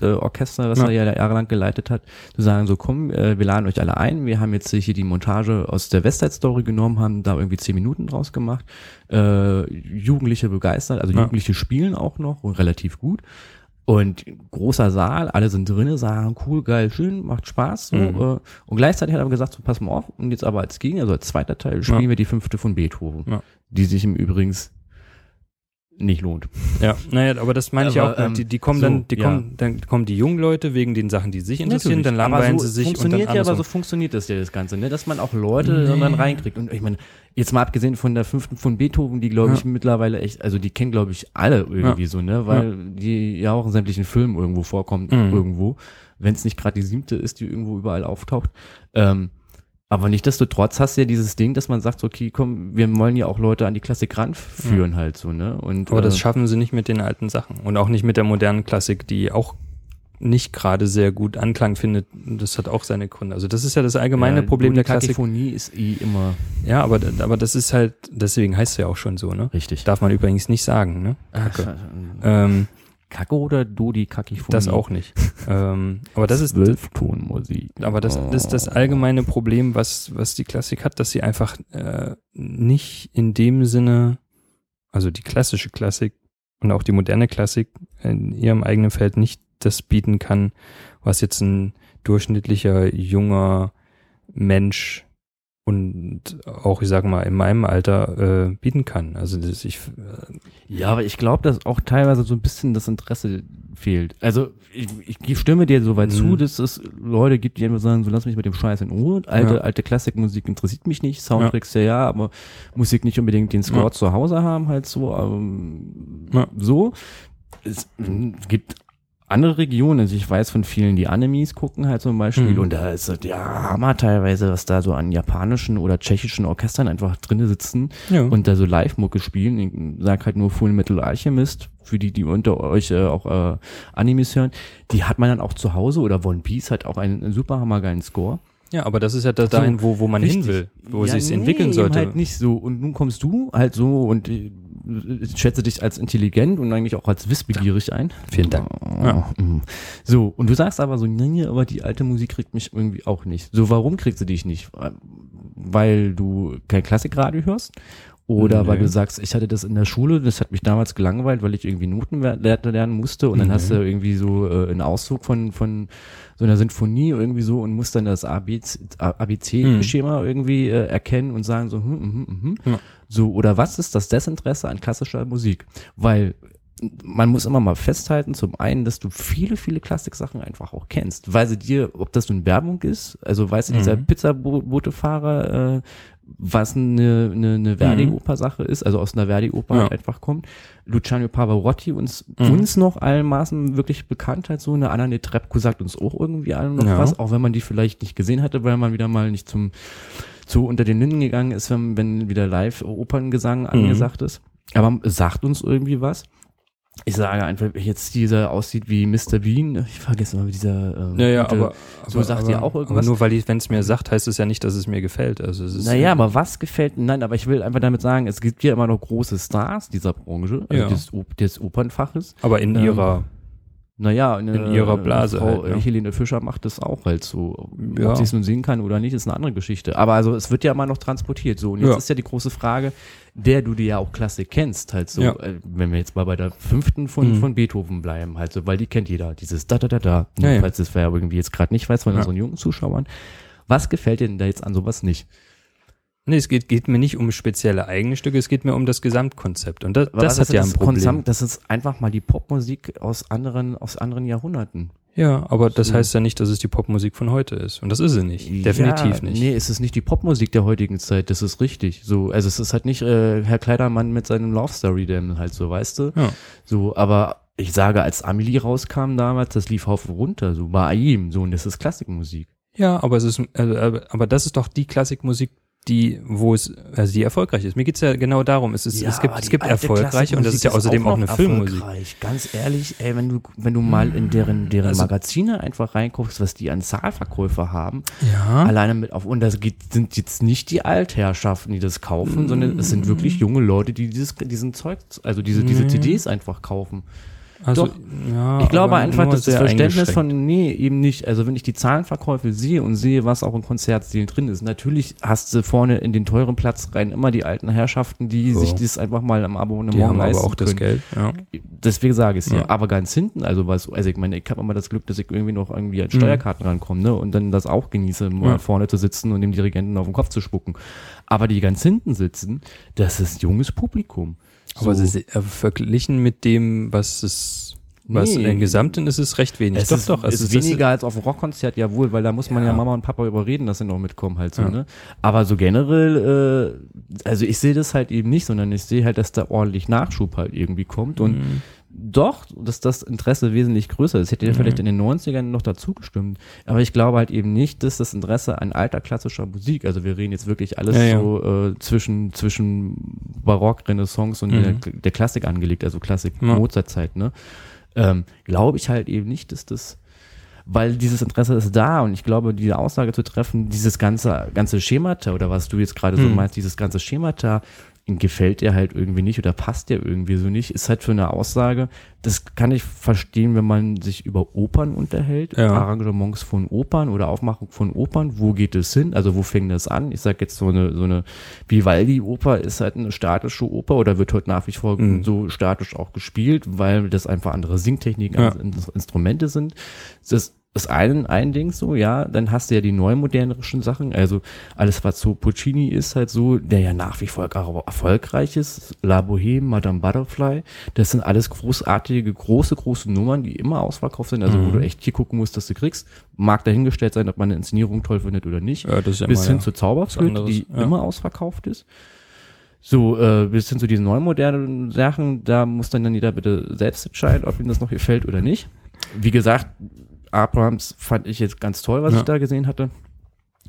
Jugendorchester, was
Ja.
er ja jahrelang geleitet hat, zu sagen, so komm, äh, wir laden euch alle ein. Wir haben jetzt hier die Montage aus der Westside Story genommen, haben da irgendwie zehn Minuten draus gemacht. Äh, Jugendliche begeistert, also
Ja.
Jugendliche spielen auch noch und relativ gut. Und großer Saal, alle sind drinne, sagen cool, geil, schön, macht Spaß. So,
Mhm.
äh, und gleichzeitig hat er aber gesagt, so pass mal auf, und jetzt aber als Gegen, also als zweiter Teil, spielen
Ja.
wir die fünfte von Beethoven,
Ja.
die sich im Übrigens nicht lohnt.
Ja, naja, aber das meine ich
Aber,
auch. ne?
ähm,
die, die kommen
so,
dann, die
ja.
kommen, dann kommen die jungen Leute wegen den Sachen, die sich interessieren, dann
Natürlich,
langweilen
aber
sie sich und dann
funktioniert ja, aber so
andersrum.
funktioniert das ja das Ganze, ne? dass man auch Leute dann reinkriegt. Und ich meine, jetzt mal abgesehen von der fünften von Beethoven, die glaube ich mittlerweile echt, also die kennen glaube ich alle irgendwie so, ne, weil die ja auch in sämtlichen Filmen irgendwo vorkommt,
Mhm.
irgendwo, wenn es nicht gerade die siebte ist, die irgendwo überall auftaucht. Ähm, aber nichtdestotrotz hast du ja dieses Ding, dass man sagt, so, okay, komm, wir wollen ja auch Leute an die Klassik ranführen halt so, ne? Und,
aber das
äh,
schaffen sie nicht mit den alten Sachen und auch nicht mit der modernen Klassik, die auch nicht gerade sehr gut Anklang findet. Das hat auch seine Gründe. Also das ist ja das allgemeine
ja,
Problem
nur
der
die
Klassik.
Kakophonie ist eh immer
Ja, aber, aber das ist halt, deswegen heißt es ja auch schon so, ne?
richtig.
Darf man übrigens nicht sagen, ne? Kacke.
äh,
Ähm,
Kacke oder du die Kakophonie?
das auch nicht. ähm, aber das ist,
Zwölftonmusik.
aber das, das ist das allgemeine Problem, was, was die Klassik hat, dass sie einfach äh, nicht in dem Sinne, also die klassische Klassik und auch die moderne Klassik in ihrem eigenen Feld nicht das bieten kann, was jetzt ein durchschnittlicher junger Mensch und auch, ich sage mal, in meinem Alter äh, bieten kann. Also das, ich,
Ja, aber ich glaube, dass auch teilweise so ein bisschen das Interesse fehlt. Also ich, ich stimme dir so weit
Mhm.
zu, dass es Leute gibt, die einfach sagen, so lass mich mit dem Scheiß in Ruhe. Alte,
Ja.
alte Klassikmusik interessiert mich nicht, Soundtracks ja. ja aber Musik nicht unbedingt den Score
Ja.
zu Hause haben, halt so. Ähm,
Ja.
So. Es mm, gibt andere Regionen, also ich weiß von vielen, die Animes gucken halt zum Beispiel
Mhm.
und da ist das ja Hammer teilweise, was da so an japanischen oder tschechischen Orchestern einfach drinne sitzen
ja.
und da so Live-Mucke spielen. Ich sag halt nur Full Metal Alchemist, für die, die unter euch äh, auch äh, Animes hören. Die hat man dann auch zu Hause oder One Piece hat auch einen super hammergeilen Score.
Ja, aber das ist ja das dahin, wo, wo man hin will, wo
Ja,
sie es
nee,
entwickeln
eben
sollte.
halt nicht so. Und nun kommst du halt so und äh, ich schätze dich als intelligent und eigentlich auch als wissbegierig ein.
Vielen Dank.
Ja. mm. So, und du sagst aber so, nee, aber die alte Musik kriegt mich irgendwie auch nicht. So, warum kriegt sie dich nicht? Weil du kein Klassikradio hörst? Oder weil
Nee.
du sagst, ich hatte das in der Schule, das hat mich damals gelangweilt, weil ich irgendwie Noten wer- ler- lernen musste und dann hast du
Mhm.
irgendwie so äh, einen Auszug von, von so einer Sinfonie irgendwie so und musst dann das ABC-Schema irgendwie äh, erkennen und sagen so, hm, hm, hm, hm.
Mhm. Ja.
So, oder was ist das Desinteresse an klassischer Musik? Weil man muss immer mal festhalten, zum einen, dass du viele, viele Klassiksachen einfach auch kennst, weil sie dir, ob das nun Werbung ist, also weißt du, dieser
Mhm.
Pizzabotefahrer, äh, was eine, eine, eine Verdi-Oper-Sache ist, also aus einer Verdi-Oper
Mhm. Ja. Mhm.
halt einfach kommt. Luciano Pavarotti uns, uns noch allenmaßen wirklich bekannt hat, so eine Anna Trebko sagt uns auch irgendwie allen noch
Ja.
was, auch wenn man die vielleicht nicht gesehen hatte, weil man wieder mal nicht zum, zu unter den Linden gegangen ist,
Mhm.
wenn, wenn wieder live Operngesang angesagt ist. Aber sagt uns irgendwie was. Ich sage einfach, wenn jetzt dieser aussieht wie Mr. Bean. Ich vergesse mal, wie dieser. Ähm,
Naja,
gute-
aber,
so
aber,
sagt
aber,
ihr auch
Aber
irgendwas?
nur weil wenn es mir sagt, heißt es ja nicht, dass es mir gefällt. Also es ist
Naja, aber was gefällt. Nein, aber ich will einfach damit sagen, es gibt ja immer noch große Stars dieser Branche, also
Ja.
des, Op- des Opernfaches.
aber in
ähm,
ihrer
Naja, in,
ihrer Blase
Frau
halt, ja.
Helene Fischer macht das auch halt so.
Ja.
Ob sie es nun singen kann oder nicht, ist eine andere Geschichte. Aber also es wird ja immer noch transportiert. So, und jetzt
Ja.
ist ja die große Frage, der du dir ja auch Klassik kennst, halt so,
Ja. Mhm.
äh, wenn wir jetzt mal bei der fünften von, von Beethoven bleiben, halt so, weil die kennt jeder, dieses da da da da, ne,
Ja, ja.
falls das wer irgendwie jetzt gerade nicht weiß von
Ja.
unseren jungen Zuschauern. Was gefällt dir denn da jetzt an sowas nicht?
Nee, es geht, geht mir nicht um spezielle eigene Stücke, es geht mir um das Gesamtkonzept. Und das,
Aber
das
was
hat
ist
ja ein Problem.
Konzam- das ist einfach mal die Popmusik aus anderen, aus anderen Jahrhunderten.
Ja, aber das heißt ja nicht, dass es die Popmusik von heute ist. Und das ist sie nicht. Definitiv
ja,
nicht.
Nee, es ist nicht die Popmusik der heutigen Zeit, das ist richtig. So, also es ist halt nicht äh, Herr Kleidermann mit seinem Love Story, der halt so, weißt du?
Ja.
So, aber ich sage, als Amelie rauskam damals, das lief Haufen runter, so bei ihm, so, und das ist Klassikmusik.
Ja, aber es ist, also, aber- aber das ist doch die Klassikmusik, die, wo es, also die erfolgreich ist. Mir geht's ja genau darum. Es, ist, es gibt, es gibt erfolgreiche und das ist ja außerdem auch, eine Filmmusik.
Ganz ehrlich, ey, wenn du, wenn du mal in deren, deren
Also-
Magazine einfach reinguckst, was die an Zahlverkäufer haben,
Ja.
alleine mit auf und das geht, sind jetzt nicht die Altherrschaften, die das kaufen, sondern es sind
Mm.
wirklich junge Leute, die dieses diesen Zeug, also diese diese CDs einfach kaufen.
Also,
doch.
ja,
Ich glaube
aber
einfach,
nur
dass das
sehr
Verständnis
eingeschränkt.
von nee eben nicht. Also wenn ich die Zahlenverkäufe sehe und sehe, was auch in Konzertsälen drin ist, natürlich hast du vorne in den teuren Platz rein immer die alten Herrschaften, die
So.
sich das einfach mal am Abonnement
Die haben aber
leisten
auch das
können.
Geld. Ja.
Deswegen sage ich es ja.
Ja.
Aber ganz hinten, also was, also ich meine, ich habe immer das Glück, dass ich irgendwie noch irgendwie an Steuerkarten rankomme, ne? Und dann das auch genieße, um mal
Mhm. Ja.
vorne zu sitzen und dem Dirigenten auf den Kopf zu spucken. Aber die ganz hinten sitzen, das ist junges Publikum.
Aber
So.
es ist, äh, verglichen mit dem, was es, was
Nee.
im Gesamten ist, es recht wenig.
Es ist, ist, weniger als auf dem Rockkonzert, ja wohl, weil da muss man ja.
Ja.
Mama und Papa überreden, dass sie noch mitkommen halt so, ne? Aber so generell, äh, also ich sehe das halt eben nicht, sondern ich sehe halt, dass da ordentlich Nachschub halt irgendwie kommt und doch, dass das Interesse wesentlich größer ist. Hätte ja vielleicht in den 90ern noch dazu gestimmt, aber ich glaube halt eben nicht, dass das Interesse an alter klassischer Musik, also wir reden jetzt wirklich alles
Ja, ja.
so äh, zwischen, zwischen Barock, Renaissance und
Mhm.
der, der Klassik angelegt, also Klassik,
Ja.
Mozartzeit, ne? ähm, glaube ich halt eben nicht, dass das, weil dieses Interesse ist da und ich glaube, diese Aussage zu treffen, dieses ganze, ganze Schemata oder was du jetzt gerade so
Hm.
meinst, dieses ganze Schemata gefällt dir halt irgendwie nicht oder passt dir irgendwie so nicht, ist halt für eine Aussage, das kann ich verstehen, wenn man sich über Opern unterhält,
Ja.
Arrangements von Opern oder Aufmachung von Opern, wo geht es hin, also wo fängt das an? Ich sag jetzt so eine, so eine Vivaldi-Oper ist halt eine statische Oper oder wird heute nach wie vor
Mhm.
so statisch auch gespielt, weil das einfach andere Singtechniken,
Ja.
andere In- Instrumente sind. Das ist ein, ein Ding so, ja, dann hast du ja die neumodernerischen Sachen, also alles, was so Puccini ist halt so, der ja nach wie vor gar- erfolgreich ist, La Boheme, Madame Butterfly, das sind alles großartige, große, große Nummern, die immer ausverkauft sind,
Mhm.
also wo du echt hier gucken musst, dass du kriegst, mag dahingestellt sein, ob man eine Inszenierung toll findet oder nicht,
Ja, das ist ja
bis
immer,
hin
ja.
zur Zauberflöte,
anderes,
die
ja.
immer ausverkauft ist. So, äh, bis hin zu diesen neumodernen Sachen, da muss dann, dann jeder bitte selbst entscheiden, ob ihm das noch gefällt oder nicht. Wie gesagt, Abrams fand ich jetzt ganz toll, was
Ja.
ich da gesehen hatte.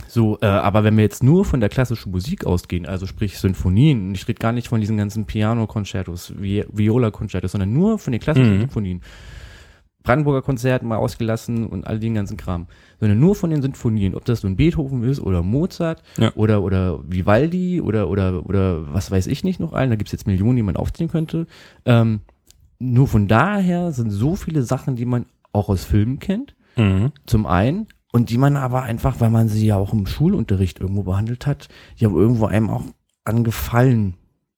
So, äh, aber wenn wir jetzt nur von der klassischen Musik ausgehen, also sprich Sinfonien, ich rede gar nicht von diesen ganzen Piano-Konzertos, Vi Viola-Konzertos, sondern nur von den klassischen
Mhm.
Sinfonien. Brandenburger Konzert mal ausgelassen und all den ganzen Kram, sondern nur von den Sinfonien, ob das nun Beethoven ist oder Mozart
Ja.
oder, oder Vivaldi oder, oder, oder was weiß ich nicht noch allen, da gibt's jetzt Millionen, die man aufziehen könnte. Ähm, nur von daher sind so viele Sachen, die man auch aus Filmen kennt,
Mhm.
zum einen, und die man aber einfach, weil man sie ja auch im Schulunterricht irgendwo behandelt hat, ja irgendwo einem auch angefallen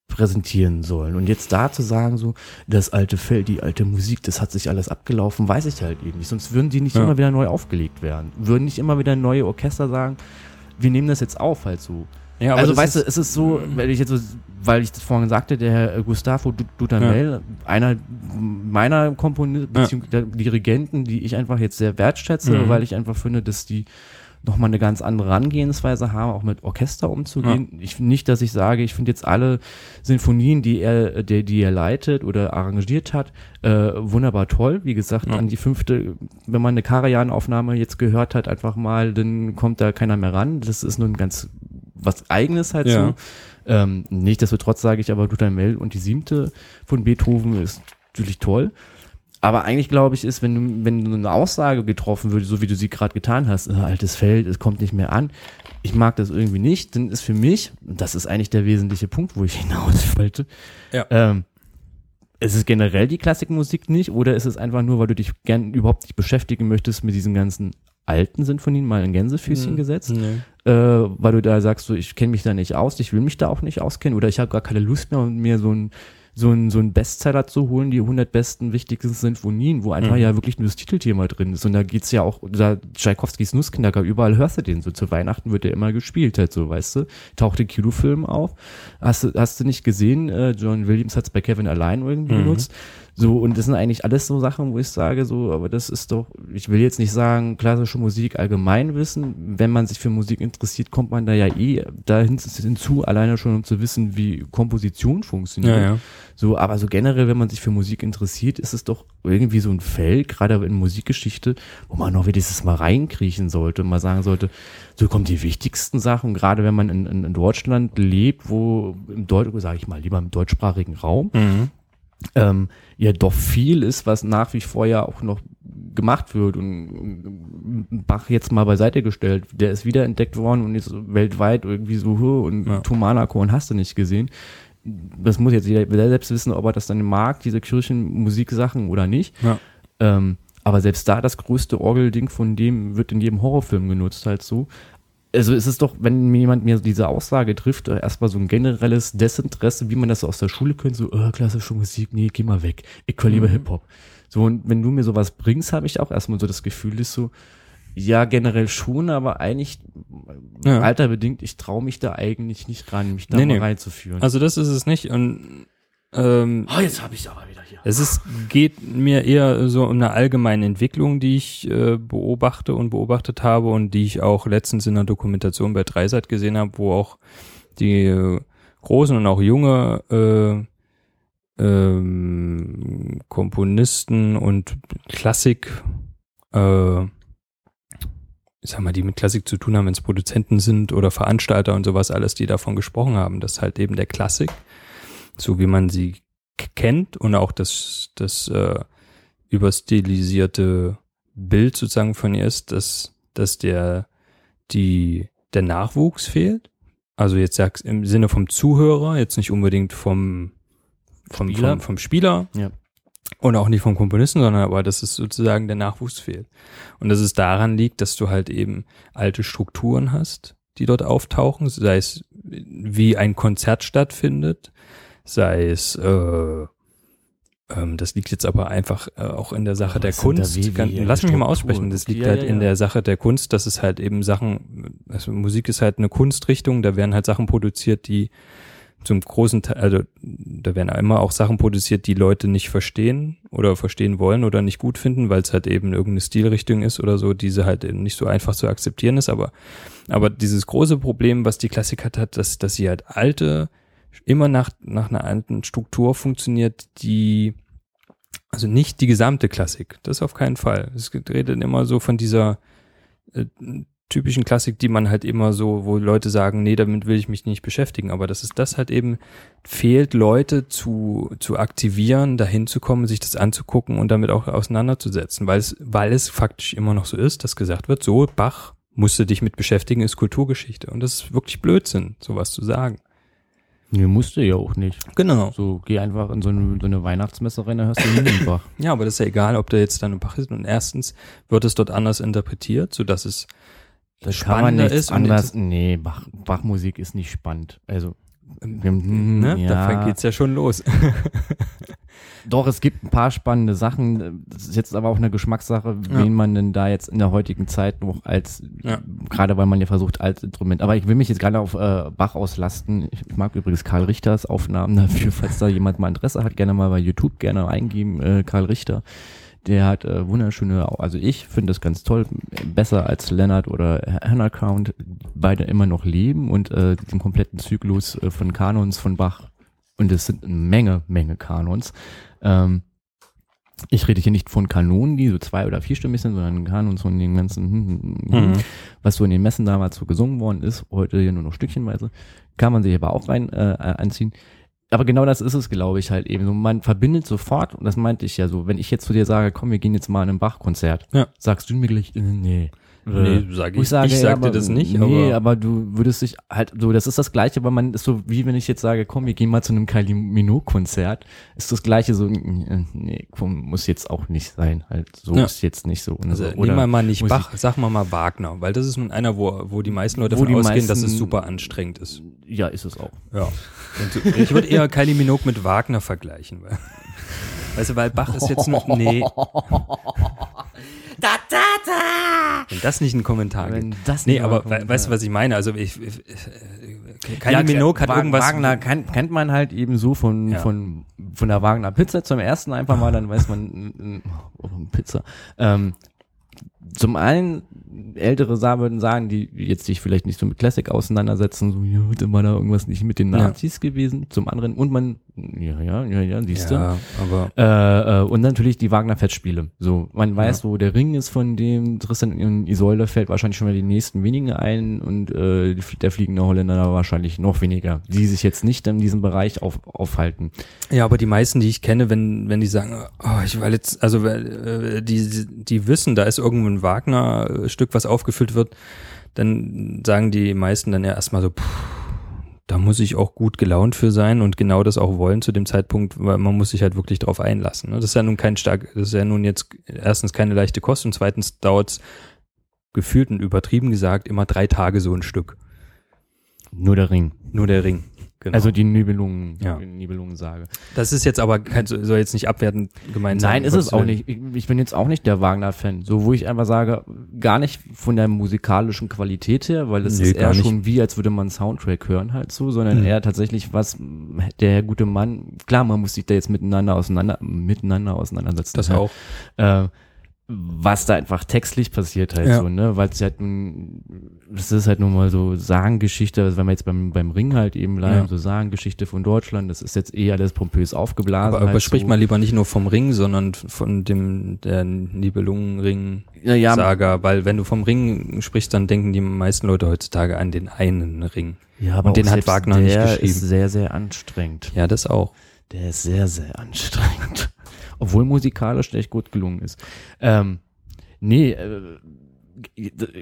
präsentieren sollen. Und jetzt da zu sagen, so, das alte Feld, die alte Musik, das hat sich alles abgelaufen, weiß ich halt eben nicht. Sonst würden die nicht
Ja.
immer wieder neu aufgelegt werden. Würden nicht immer wieder neue Orchester sagen, wir nehmen das jetzt auf, halt so.
Ja, aber
also
das
weißt
ist- Mm.
du, es ist so, weil ich jetzt so, weil ich das vorhin sagte, der Herr Gustavo Du- Dudamel, einer meiner Komponisten,
Ja.
beziehungsweise Dirigenten, die ich einfach jetzt sehr wertschätze,
Mhm.
weil ich einfach finde, dass die nochmal eine ganz andere Herangehensweise haben, auch mit Orchester umzugehen. Ich nicht, dass ich sage, ich finde jetzt alle Sinfonien, die er, die, die er leitet oder arrangiert hat, äh, wunderbar toll. Wie gesagt, an die fünfte, wenn man eine Karajan-Aufnahme jetzt gehört hat, einfach mal, dann kommt da keiner mehr ran. Das ist nun ganz was Eigenes halt
Ja.
so. Ähm, Nichtsdestotrotz sage ich aber Dudamel und die siebte von Beethoven ist natürlich toll. Aber eigentlich glaube ich, ist, wenn du, wenn du eine Aussage getroffen würde, so wie du sie gerade getan hast, äh, altes Feld, es kommt nicht mehr an, ich mag das irgendwie nicht, dann ist für mich, und das ist eigentlich der wesentliche Punkt, wo ich hinaus wollte,
Ja.
ähm, ist es generell die Klassikmusik nicht oder ist es einfach nur, weil du dich gern überhaupt nicht beschäftigen möchtest mit diesen ganzen alten Sinfonien, mal in Gänsefüßchen gesetzt?
Hm, Nee.
äh, weil du da sagst, so, ich kenne mich da nicht aus, ich will mich da auch nicht auskennen oder ich habe gar keine Lust mehr, mir so ein so ein so ein Bestseller zu holen, die 100 besten, wichtigsten Sinfonien, wo einfach
Mhm.
ja wirklich nur das Titelthema drin ist. Und da geht's ja auch, da Tschaikowskis Nussknacker, überall hörst du den so. Zu Weihnachten wird der immer gespielt halt so, weißt du? Taucht in Kinofilmen auf. Hast du, hast du nicht gesehen, äh, John Williams hat's bei Kevin allein irgendwie
Mhm.
benutzt. So, und das sind eigentlich alles so Sachen, wo ich sage, so, aber das ist doch, ich will jetzt nicht sagen, klassische Musik allgemein wissen. Wenn man sich für Musik interessiert, kommt man da ja eh dahin hinzu, alleine schon, um zu wissen, wie Komposition funktioniert.
Ja, ja.
So, aber so generell, wenn man sich für Musik interessiert, ist es doch irgendwie so ein Feld, gerade in Musikgeschichte, wo man noch wenigstens mal reinkriechen sollte und mal sagen sollte, so kommen die wichtigsten Sachen, gerade wenn man in, in, in Deutschland lebt, wo im Deutsch, sage ich mal, lieber im deutschsprachigen Raum,
Mhm.
ähm, ja doch viel ist, was nach wie vor ja auch noch gemacht wird und Bach jetzt mal beiseite gestellt. Der ist wiederentdeckt worden und ist weltweit irgendwie so huh, und
Ja.
ja. Tomanakorn hast du nicht gesehen. Das muss jetzt jeder jeder selbst wissen, ob er das dann mag, diese Kirchenmusiksachen oder nicht.
Ja.
Ähm, aber selbst da das größte Orgelding von dem wird in jedem Horrorfilm genutzt, halt so. Also ist es doch, wenn mir jemand mir diese Aussage trifft, äh, erstmal so ein generelles Desinteresse, wie man das so aus der Schule kennt, so äh, klassische Musik, nee, geh mal weg. Ich höre lieber Hip-Hop. So, und wenn du mir sowas bringst, habe ich auch erstmal so das Gefühl, ist so, ja, generell schon, aber eigentlich
Ja.
alterbedingt, ich traue mich da eigentlich nicht ran, mich da
Nee,
mal
nee.
reinzuführen.
Also das ist es nicht und ähm,
oh, Hm. jetzt habe ich aber wieder hier.
es ist, geht mir eher so um eine allgemeine Entwicklung, die ich äh, beobachte und beobachtet habe und die ich auch letztens in einer Dokumentation bei Dreisat gesehen habe, wo auch die äh, großen und auch junge äh, ähm, Komponisten und Klassik, äh, ich sag mal, die mit Klassik zu tun haben, wenn es Produzenten sind oder Veranstalter und sowas, alles, die davon gesprochen haben, dass halt eben der Klassik, so wie man sie k- kennt und auch das, das äh, überstilisierte Bild sozusagen von ihr ist, dass, dass der, die, der Nachwuchs fehlt. Also jetzt sagst im Sinne vom Zuhörer, jetzt nicht unbedingt vom, vom
Spieler.
Vom, vom Spieler
Ja.
und auch nicht vom Komponisten, sondern aber dass es sozusagen der Nachwuchs fehlt. Und dass es daran liegt, dass du halt eben alte Strukturen hast, die dort auftauchen, sei es wie ein Konzert stattfindet, sei es äh, ähm, das liegt jetzt aber einfach äh, auch in der Sache der
es sind da
Kunst.
wie- wie
Ganz-
eine
Lass mich mal
Struktur.
aussprechen. Das liegt
Ja,
halt
ja,
in
ja.
der Sache der Kunst, dass es halt eben Sachen, also Musik ist halt eine Kunstrichtung, da werden halt Sachen produziert, die zum großen Teil, also da werden immer auch Sachen produziert, die Leute nicht verstehen oder verstehen wollen oder nicht gut finden, weil es halt eben irgendeine Stilrichtung ist oder so, diese halt eben nicht so einfach zu akzeptieren ist. Aber, aber dieses große Problem, was die Klassik hat, hat, dass, dass sie halt alte, immer nach, nach einer alten Struktur funktioniert, die, also nicht die gesamte Klassik, das auf keinen Fall. Es geht- redet immer so von dieser äh, typischen Klassik, die man halt immer so, wo Leute sagen, nee, damit will ich mich nicht beschäftigen. Aber das ist das halt eben, fehlt Leute zu, zu aktivieren, dahin zu kommen, sich das anzugucken und damit auch auseinanderzusetzen, weil es, weil es faktisch immer noch so ist, dass gesagt wird, so, Bach, musst du dich mit beschäftigen, ist Kulturgeschichte. Und das ist wirklich Blödsinn, sowas zu sagen.
Nee, musste ja auch nicht.
Genau.
So, geh einfach in so eine, so eine Weihnachtsmesse rein, da hörst du Hindenbach.
Ja, aber das ist ja egal, ob da jetzt dann ein Bach ist. Und erstens wird es dort anders interpretiert, sodass es
Das
Spannender ist und
anders. Nee, Bach, Bachmusik ist nicht spannend. Also, ähm,
Ne?
ja. Äh,
Da geht's ja schon los.
Doch, es gibt ein paar spannende Sachen. Das ist jetzt aber auch eine Geschmackssache,
Ja.
wen man denn da jetzt in der heutigen Zeit noch als,
Ja.
gerade weil man ja versucht, als Instrument. Aber ich will mich jetzt gerade auf äh, Bach auslasten. Ich mag übrigens Karl Richters Aufnahmen dafür, falls da jemand mal Interesse hat, gerne mal bei YouTube gerne eingeben, äh, Karl Richter. Der hat äh, wunderschöne, Au- also ich finde das ganz toll, besser als Leonard oder Hannah Count, beide immer noch leben und äh, den kompletten Zyklus äh, von Kanons von Bach und es sind eine Menge, Menge Kanons. Ähm, ich rede hier nicht von Kanonen, die so zwei- oder vierstimmig sind, sondern Kanons von den ganzen, hm, hm, hm, hm, was so in den Messen damals so gesungen worden ist, heute hier nur noch stückchenweise, kann man sich aber auch rein äh, anziehen. aber genau das ist es, glaube ich, halt eben. So, man verbindet sofort, und das meinte ich ja so, wenn ich jetzt zu dir sage, komm, wir gehen jetzt mal an ein Bach-Konzert,
Ja.
sagst du mir gleich, äh, nee.
Nee, sag
Wo
ich, ich
ja,
sagte
aber-
das nicht,
Nee,
aber-
aber du würdest dich halt, so, das ist das Gleiche, aber man ist so, wie wenn ich jetzt sage, komm, wir gehen mal zu einem Kylie Minogue-Konzert, ist das Gleiche so, äh, nee, komm, muss jetzt auch nicht sein, halt, so
Ja.
ist jetzt nicht so. ne,
Also
so,
nehmen wir mal nicht
Musik.
Bach, sag mal mal Wagner, weil das ist nun einer, wo, wo die meisten Leute
Wo
davon
die
ausgehen, dass
meisten-
es super anstrengend ist.
Ja, ist es auch.
Ja. Und ich würde eher Kylie Minogue mit Wagner vergleichen. Weil, weißt du, weil Bach ist jetzt noch, nee. Wenn das nicht ein Kommentar
Wenn
gibt.
das
nee,
nicht mal ein
aber we
Kommentar
weißt du, was ich meine? Also ich, ich, ich Kylie
Ja,
Minogue hat
Wa-
irgendwas.
Wagner kennt, kennt man halt eben so von,
Ja.
von, von der Wagner Pizza zum ersten einfach mal, dann weiß man, oh, Pizza. Ähm, zum einen, ältere Sa- würden sagen, die jetzt sich vielleicht nicht so mit Classic auseinandersetzen, so, ja, dann war da irgendwas nicht mit den
Ja.
Nazis gewesen. Zum anderen, und man, ja, ja, ja, ja, siehst du.
ja, aber
Äh, äh, und natürlich die Wagner-Fettspiele. So, man weiß, wo der Ring ist von dem. Tristan und Isolde fällt wahrscheinlich schon mal die nächsten wenigen ein und äh, die flie- der fliegende Holländer da wahrscheinlich noch weniger, die sich jetzt nicht in diesem Bereich auf, aufhalten.
Ja, aber die meisten, die ich kenne, wenn, wenn die sagen, oh, ich war jetzt, also äh, die, die wissen, da ist irgendwo ein Wagner-Stück, was aufgefüllt wird, dann sagen die meisten dann ja erstmal so, puh, da muss ich auch gut gelaunt für sein und genau das auch wollen zu dem Zeitpunkt, weil man muss sich halt wirklich drauf einlassen. ne? Das ist ja nun kein stark, das ist ja nun jetzt erstens keine leichte Kost und zweitens dauert's gefühlt und übertrieben gesagt immer drei Tage so ein Stück.
Nur der Ring.
Nur der Ring. Genau.
Also die Nibelungen,
Ja.
Nibelungen-Sage.
das ist jetzt aber kein, soll jetzt nicht abwertend gemeint sein.
Nein,
um
ist es
Gottes
auch
Willen.
nicht. Ich, ich bin jetzt auch nicht der Wagner-Fan. So, wo ich einfach sage, gar nicht von der musikalischen Qualität her, weil es
Nee,
ist eher
gar nicht. Hm.
schon wie, als würde man einen Soundtrack hören halt so, sondern eher tatsächlich was mh, der gute Mann, klar, man muss sich da jetzt miteinander auseinander, miteinander auseinandersetzen.
Das
ja.
auch.
Äh, was da einfach textlich passiert halt
Ja.
so, ne, weil es halt, mh, das ist halt nun mal so Sagengeschichte, also wenn wir jetzt beim, beim Ring halt eben bleiben,
Ja.
so Sagengeschichte von Deutschland, das ist jetzt eh alles pompös aufgeblasen.
Aber, aber
halt
sprich
so.
mal lieber nicht nur vom Ring, sondern von dem der Nibelungenring-Saga,
ja, ja,
weil wenn du vom Ring sprichst, dann denken die meisten Leute heutzutage an den einen Ring.
Ja, aber
Und den
auch
hat
selbst
Wagner nicht
der
geschrieben.
ist sehr, sehr anstrengend.
Ja, das auch.
Der ist sehr, sehr anstrengend. Obwohl musikalisch echt gut gelungen ist. Ähm, nee, äh,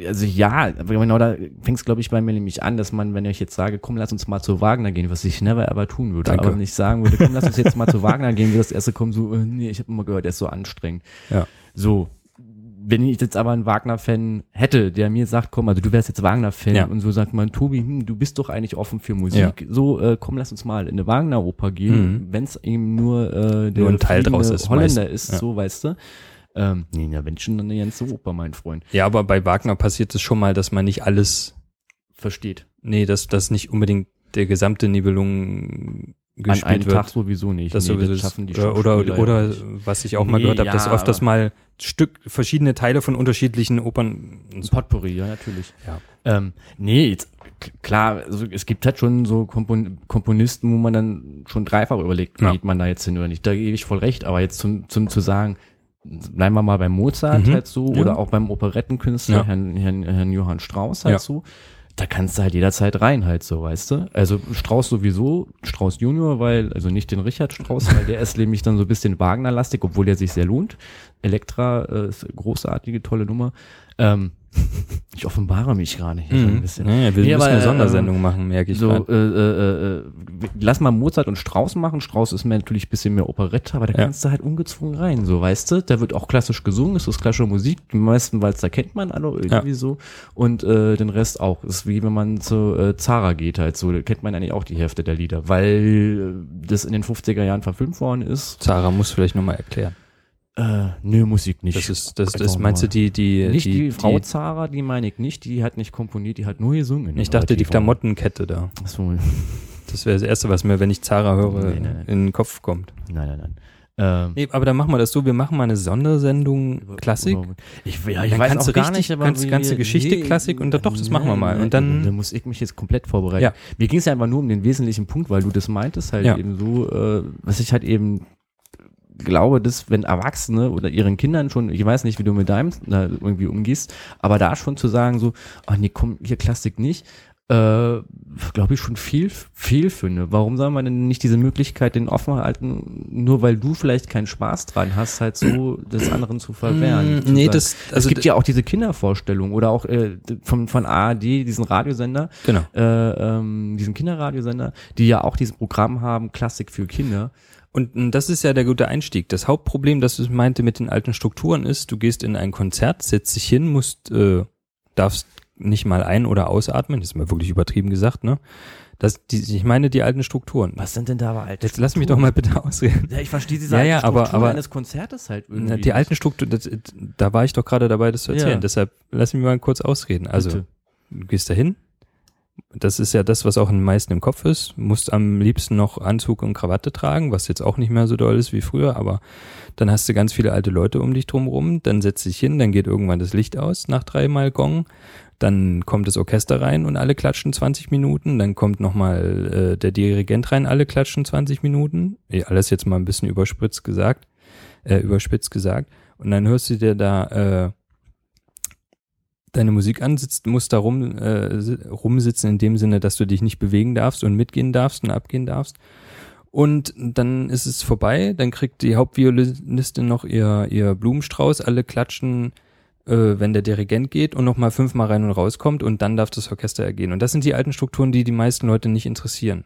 also ja, aber genau da fängt es, glaube ich, bei mir nämlich an, dass man, wenn ich jetzt sage, komm, lass uns mal zu Wagner gehen, was ich never ever tun würde,
Danke.
aber wenn ich sagen würde, komm, lass uns jetzt mal zu Wagner gehen, würde das erste kommen, so, äh, nee, ich habe immer gehört, der ist so anstrengend.
Ja.
So, wenn ich jetzt aber einen Wagner-Fan hätte, der mir sagt, komm, also du wärst jetzt Wagner-Fan
Ja.
und so sagt man, Tobi, hm, du bist doch eigentlich offen für Musik. So, äh, komm, lass uns mal in eine Wagner-Oper gehen, wenn es eben nur äh, der
Mhm. Nur ein Teil
fliegende
draus ist,
Holländer
meist.
ist,
Ja.
so weißt du. Ähm, nee, na, wenn schon dann eine ganze Oper, mein Freund.
Ja, aber bei Wagner passiert es schon mal, dass man nicht alles,
Versteht.
nee, dass das nicht unbedingt der gesamte Nibelungen
An
gespielt
einem
wird.
Tag sowieso nicht.
das
Nee,
sowieso
das
ist-
schaffen die
oder, oder,
Schauspieler ja
oder
nicht.
was ich auch mal
Nee,
gehört habe, dass
ja,
öfters
aber-
mal Stück, verschiedene Teile von unterschiedlichen Opern und so.
Potpourri, ja, natürlich.
Ja.
Ähm, nee, jetzt, k- klar, also es gibt halt schon so Kompon Komponisten, wo man dann schon dreifach überlegt,
Ja.
geht man da jetzt hin oder nicht. Da gebe ich voll recht, aber jetzt zum, zum zu sagen, bleiben wir mal bei Mozart
Mhm.
halt so
Ja.
oder auch beim Operettenkünstler
Ja.
Herrn, Herrn, Herrn Johann Strauss halt
Ja.
so. Da kannst du halt jederzeit rein halt so, weißt du? Also Strauss sowieso, Strauss Junior, weil, also nicht den Richard Strauss, weil der ist nämlich dann so ein bisschen Wagner-lastig, obwohl der sich sehr lohnt. Elektra äh, ist eine großartige, tolle Nummer. Ähm, ich offenbare mich gerade hier so ein
Mhm.
bisschen.
Naja, wir
Nee,
müssen
aber,
eine
äh,
Sondersendung machen, merke ich
So,
grad.
äh, äh, äh, lass mal Mozart und Strauss machen. Strauss ist mir natürlich ein bisschen mehr Operette, aber da
Ja.
kannst du halt ungezwungen rein, so, weißt du? Da wird auch klassisch gesungen, es ist klassische Musik. Die meisten Walzer kennt man alle irgendwie so. Und äh, den Rest auch. Ist wie wenn man zu äh, Zara geht halt so. Da kennt man eigentlich auch die Hälfte der Lieder, weil äh, das in den 50er Jahren verfilmt worden ist.
Zara muss vielleicht nochmal erklären.
Äh, nö, Musik nicht.
Das ist, das,
Einfach
das meinst du
mal.
die, die,
Nicht die, Frau
die-
Zara, die meine ich nicht, die hat nicht komponiert, die hat nur gesungen.
ich dachte die
Frau-
Klamottenkette da.
Ach so, nein,
Das wäre das Erste, was mir, wenn ich Zara höre,
Nee, nee, nee.
in den Kopf kommt.
nein, nein. Ähm,
Nee, aber dann machen wir das so, wir machen mal eine Sondersendung Klassik.
Ich, ja, ich
Dann
weiß
kannst
auch
du
gar
richtig-
nicht, aber
kannst
wie-
ganze Geschichte, Klassik und dann- doch, das machen wir mal. Und dann-
Da muss ich mich jetzt komplett vorbereiten.
Ja.
Mir ging es ja einfach nur um den wesentlichen Punkt, weil du das meintest halt
Ja.
eben so, äh, was ich halt eben glaube, dass wenn Erwachsene oder ihren Kindern schon, ich weiß nicht, wie du
"Ah,
mit deinem da irgendwie umgehst, aber da schon zu sagen so, ach nee, komm, hier Klassik nicht,
äh, glaube ich, schon viel, viel finde. Warum soll man denn nicht diese Möglichkeit den offen halten, nur weil du vielleicht keinen Spaß dran hast, halt so des anderen zu verwehren? zu
nee,
sagen.
das,
es
also,
gibt ja auch diese Kindervorstellung oder auch äh, von, von ARD, diesen Radiosender,
genau.
äh, ähm, diesen Kinderradiosender, die ja auch dieses Programm haben, Klassik für Kinder.
Und mh, das ist ja der gute Einstieg. Das Hauptproblem, das ich meinte mit den alten Strukturen, ist, du gehst in ein Konzert, setzt dich hin, musst, äh, darfst nicht mal ein- oder ausatmen, das ist mal wirklich übertrieben gesagt, ne? Das, die, ich meine die alten Strukturen.
Was sind denn da aber alte
Jetzt lass mich doch mal bitte ausreden.
Ja, ich verstehe diese
Ja,
alte
ja, aber-
Struktur
aber-
eines Konzertes halt
Na,
irgendwie.
Die alten Strukturen, das, da war ich doch gerade dabei, das zu erzählen.
Ja.
Deshalb lass mich mal kurz ausreden. Also,
Bitte.
du gehst dahin. Das ist ja das, was auch am meisten im Kopf ist. Musst am liebsten noch Anzug und Krawatte tragen, was jetzt auch nicht mehr so doll ist wie früher, aber dann hast du ganz viele alte Leute um dich drumherum, dann setzt dich hin, dann geht irgendwann das Licht aus nach dreimal Gong, dann kommt das Orchester rein und alle klatschen 20 Minuten, dann kommt nochmal äh, der Dirigent rein, alle klatschen 20 Minuten. Ja, alles jetzt mal ein bisschen überspitzt gesagt, äh, überspitzt gesagt. Und dann hörst du dir da äh, deine Musik an, sitzt, musst da rum, äh, si- rumsitzen in dem Sinne, dass du dich nicht bewegen darfst und mitgehen darfst und abgehen darfst. Und dann ist es vorbei, dann kriegt die Hauptviolinistin noch ihr, ihr Blumenstrauß, alle klatschen, äh, wenn der Dirigent geht und nochmal fünfmal rein und rauskommt und dann darf das Orchester ergehen. Und das sind die alten Strukturen, die die meisten Leute nicht interessieren.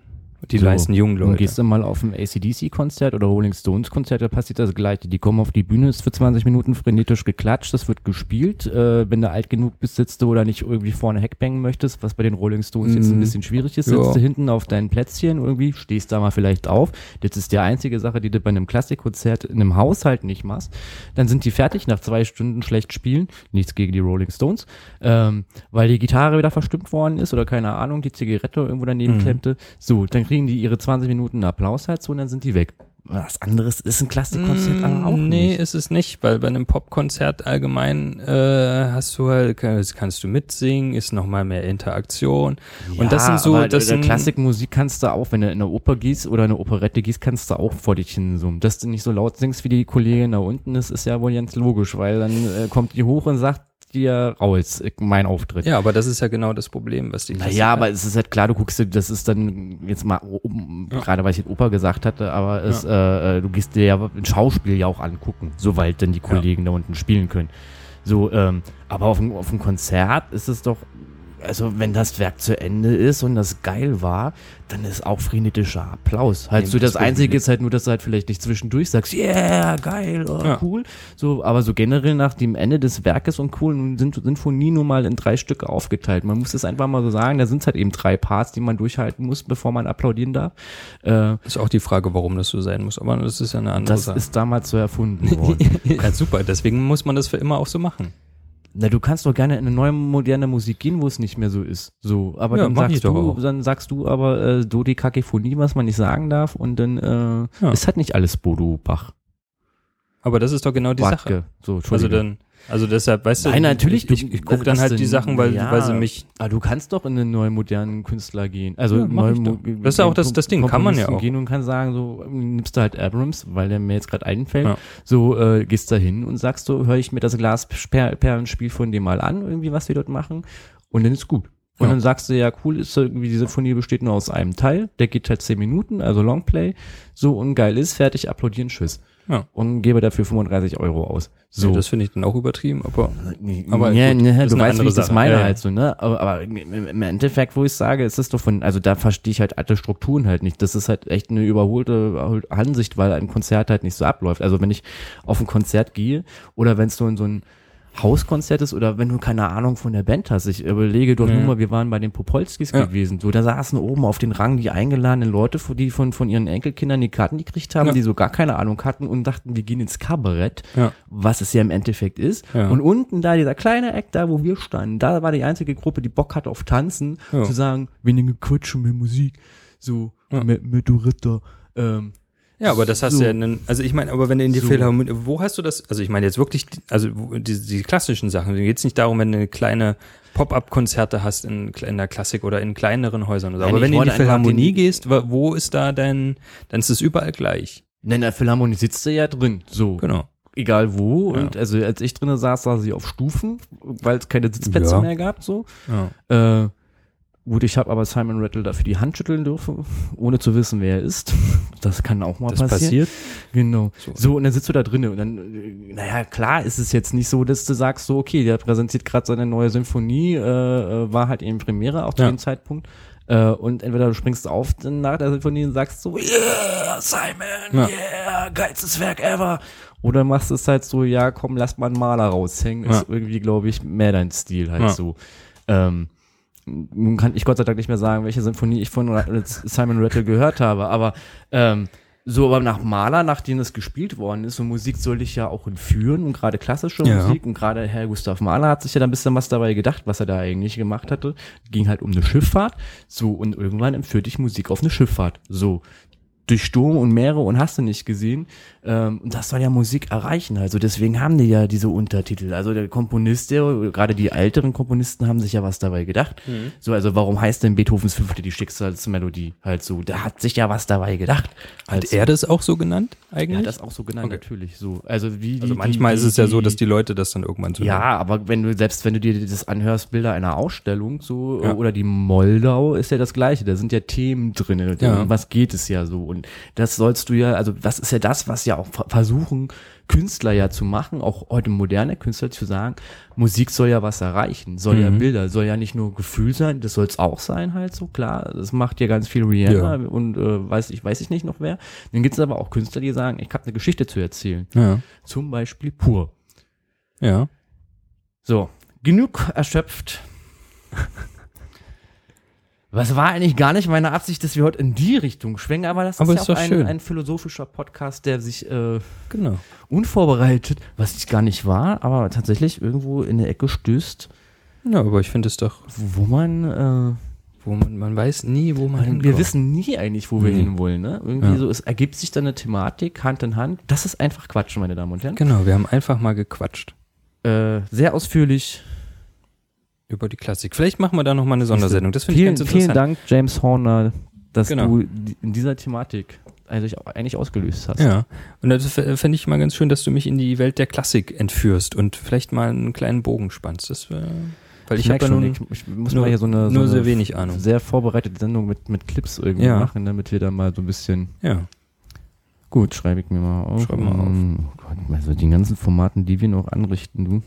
Die
So,
meisten jungen
Und
Leute.
gehst du mal auf ein ACDC-Konzert oder Rolling Stones-Konzert, da passiert das Gleiche. Die kommen auf die Bühne, es wird 20 Minuten frenetisch geklatscht, es wird gespielt. Äh, wenn du alt genug bist, sitzt du oder nicht irgendwie vorne Hackbangen möchtest, was bei den Rolling Stones jetzt
Mhm.
ein bisschen schwierig ist,
Ja.
sitzt du hinten auf deinen Plätzchen irgendwie, stehst da mal vielleicht auf. Das ist die einzige Sache, die du bei einem Klassikkonzert in einem Haushalt nicht machst. Dann sind die fertig nach zwei Stunden schlecht spielen. Nichts gegen die Rolling Stones. Ähm, weil die Gitarre wieder verstimmt worden ist oder keine Ahnung, die Zigarette irgendwo daneben
Mhm.
klemmte. So, dann kriegen die ihre 20 Minuten Applaus halt so und dann sind die weg. Mm, Was anderes ist ein Klassikkonzert aber auch
Mm, nee,
nicht.
ist es nicht, weil bei einem Popkonzert allgemein äh, hast du halt, kannst, kannst du mitsingen, ist nochmal mehr Interaktion. und das sind so,
aber
das
der
sind,
Klassikmusik kannst du auch, wenn du in eine Oper gehst oder eine Operette gehst, kannst du auch vor dich hin summen. Dass du nicht so laut singst, wie die Kollegin da unten ist, ist ja wohl ganz logisch, weil dann äh, kommt die hoch und sagt dir raus, ich- mein Auftritt.
ja, aber das ist ja genau das Problem, was die Klassik-
Naja, aber es ist halt klar, du guckst dir, das ist dann jetzt mal, um, gerade weil ich den Opa gesagt hatte, aber es, äh, äh, du gehst dir ja ein Schauspiel ja auch angucken, soweit denn die Kollegen da unten spielen können. So, ähm, aber auf dem, auf dem Konzert ist es doch, also wenn das Werk zu Ende ist und das geil war, dann ist auch frenetischer Applaus. Halt
Nee,
so
das
das,
will ich
Einzige
nicht.
ist halt nur, dass du halt vielleicht nicht zwischendurch sagst, yeah, geil, oh,
Ja.
cool. So, aber so generell nach dem Ende des Werkes und cool, nun sind Sinfonien nun mal in drei Stücke aufgeteilt. Man muss es einfach mal so sagen, da sind halt eben drei Parts, die man durchhalten muss, bevor man applaudieren darf. Äh,
ist auch die Frage, warum das so sein muss, aber das ist ja eine andere
das
Sache.
ist damals so erfunden worden.
ja, super, deswegen muss man das für immer auch so machen.
Na, du kannst doch gerne in eine neue moderne Musik gehen, wo es nicht mehr so ist. So, aber
Ja,
dann,
mach ich
sagst
doch
du,
auch.
dann sagst du aber äh, Dodekakephonie, was man nicht sagen darf, und dann äh,
Ja.
ist halt nicht alles Bodo Bach.
Aber das ist doch genau die Sache.
Bartke. So,
Also
Entschuldigung.
dann, also deshalb, weißt
Nein,
du,
natürlich,
ich,
du-
ich, ich gucke dann
das
halt
sind-
die Sachen, weil,
ja.
weil sie mich,
Ah, du kannst doch in den neuen modernen Künstler gehen. Also
Ja, mach
neuen
ich
Mo-
doch. Das ist ja auch das- das Ding, kann man ja
Komponisten
auch.
gehen und kann sagen, so nimmst du halt Abrams, weil der mir jetzt gerade einfällt.
Ja.
So äh, gehst da hin und sagst so, höre ich mir das Glas Per- Perlenspiel von dem mal an, irgendwie was wir dort machen und dann ist gut. Und
Ja.
dann sagst du ja, cool, ist irgendwie die Sinfonie besteht nur aus einem Teil, der geht halt 10 Minuten, also Longplay, so und geil ist, fertig, applaudieren, tschüss.
Ja.
Und gebe dafür 35 Euro aus. So.
das finde ich dann auch übertrieben, aber
Nee,
Aber
nee,
gut,
nee,
das ist
ne, du
eine
weißt,
andere
wie ich das
Sache.
meine
Ja, ja.
halt so, ne? Aber, aber im- im Endeffekt, wo ich sage, es ist doch von, also da verstehe ich halt alte Strukturen halt nicht. Das ist halt echt eine überholte Ansicht, weil ein Konzert halt nicht so abläuft. Also wenn ich auf ein Konzert gehe oder wenn es so in so ein Hauskonzert ist oder wenn du keine Ahnung von der Band hast. Ich überlege doch nur mal, wir waren bei den Popolskis
Ja.
gewesen. So, da saßen oben auf den Rang die eingeladenen Leute, die von, von ihren Enkelkindern die Karten gekriegt haben,
Ja.
die so gar keine Ahnung hatten und dachten, wir gehen ins Kabarett
Ja.
was es ja im Endeffekt ist.
Ja.
Und unten da, dieser kleine Eck, da wo wir standen, da war die einzige Gruppe, die Bock hatte auf Tanzen,
Ja.
zu sagen, weniger Quatsch und mehr Musik, so,
Ja.
mehr, mehr Doritter. Ähm,
Ja, aber das hast
So.
du ja, einen, also ich meine, aber wenn du in die
So.
Philharmonie, wo hast du das, also ich meine jetzt wirklich, die- also wo- die, die klassischen Sachen, geht es nicht darum, wenn du eine kleine Pop-Up-Konzerte hast in, kle- in der Klassik oder in kleineren Häusern oder so.
Nein,
Aber
ich
wenn du in die
wollte einfach
Philharmonie
den-
gehst, wa- wo ist da dein, dann ist es überall gleich.
na, in der Philharmonie sitzt du ja drin, so,
Genau.
egal wo.
Ja.
Und also als ich drinnen saß, saß ich auf Stufen, weil es keine Sitzplätze
Ja.
mehr gab, so.
Ja.
Äh, Gut, ich habe aber Simon Rattle dafür die Hand schütteln dürfen, ohne zu wissen, wer er ist. Das kann auch mal
Das
passieren.
passiert.
Genau.
So.
So. und dann sitzt du da drinnen und dann, äh, naja, klar ist es jetzt nicht so, dass du sagst, so, okay, der präsentiert gerade seine neue Symphonie, äh, äh, war halt eben Premiere auch zu
Ja.
dem Zeitpunkt. Äh, und entweder du springst auf dann nach der Symphonie und sagst so, yeah, Simon,
Ja.
yeah, geilstes Werk ever. Oder machst es halt so, ja, komm, lass mal einen Maler raushängen. Ist irgendwie, glaube ich, mehr dein Stil halt
Ja.
so. Ähm, nun kann ich Gott sei Dank nicht mehr sagen, welche Symphonie ich von Ra- Simon Rattle gehört habe, aber ähm, so, aber nach Mahler, nachdem das gespielt worden ist, und Musik soll ich ja auch entführen, und gerade klassische
Ja.
Musik, und gerade Herr Gustav Mahler hat sich ja dann ein bisschen was dabei gedacht, was er da eigentlich gemacht hatte. Ging halt um eine Schifffahrt, so, und irgendwann entführt dich Musik auf eine Schifffahrt, so. Durch Sturm und Meere und hast du nicht gesehen. Ähm, und das soll ja Musik erreichen. Also deswegen haben die ja diese Untertitel. Also der Komponist, der, gerade die älteren Komponisten haben sich ja was dabei gedacht.
Mhm.
So, also warum heißt denn Beethovens Fünfte die Schicksalsmelodie? Halt so, da hat sich ja was dabei gedacht. Halt
Hat er das auch so genannt eigentlich?
ja, das auch so genannt,
Okay.
natürlich. So. Also, wie die,
also manchmal
die,
ist es ja so, dass die Leute das dann irgendwann so
Ja, aber wenn du, selbst wenn du dir das anhörst, Bilder einer Ausstellung, so,
Ja.
oder die Moldau, ist ja das Gleiche. Da sind ja Themen drin.
Ja.
Ja. Was geht es ja so? Und das sollst du ja, also, das ist ja das, was ja auch ver- versuchen, Künstler ja zu machen, auch heute moderne Künstler zu sagen, Musik soll ja was erreichen, soll
Mhm.
ja Bilder, soll ja nicht nur Gefühl sein, das soll es auch sein halt so, klar, das macht ja ganz viel Rihanna
Ja.
und äh, weiß ich, weiß ich nicht noch wer. Dann gibt es aber auch Künstler, die sagen, ich habe eine Geschichte zu erzählen.
Ja.
Zum Beispiel pur.
Ja.
So, genug erschöpft. Was war eigentlich gar nicht meine Absicht, dass wir heute in die Richtung schwenken, aber das
Aber
ist,
ist
ja
doch
auch ein,
schön.
ein philosophischer Podcast, der sich äh,
Genau.
unvorbereitet, was ich gar nicht war, aber tatsächlich irgendwo in eine Ecke stößt,
Ja, aber ich finde es doch,
wo man,
wo man, man weiß nie, wo
äh,
man
man wir wissen nie eigentlich, wo wir
Nee.
hinwollen. Ne? Irgendwie
Mhm. Ja.
so, es ergibt sich dann eine Thematik Hand in Hand. Das ist einfach Quatsch, meine Damen und Herren.
Genau, wir haben einfach mal gequatscht
Äh, sehr ausführlich.
über die Klassik. Vielleicht machen wir da nochmal eine Sondersendung. Das finde ich
Vielen,
ganz interessant.
vielen Dank, James Horner, dass
Genau.
du die- in dieser Thematik eigentlich, auch- eigentlich ausgelöst hast.
Ja, und das fände ich mal ganz schön, dass du mich in die Welt der Klassik entführst und vielleicht mal einen kleinen Bogen spannst. Das wär, weil ich,
merk
habe ja
schon,
nun,
ich, ich muss
nur-
mal hier so eine, so
nur
eine
sehr wenig Ahnung.
sehr vorbereitete Sendung mit, mit Clips irgendwie
Ja.
machen, damit wir da mal so ein bisschen.
Ja,
Gut, schreibe ich mir mal auf.
Schreib mal auf.
Ähm, Oh Gott, also die ganzen Formaten, die wir noch anrichten, du.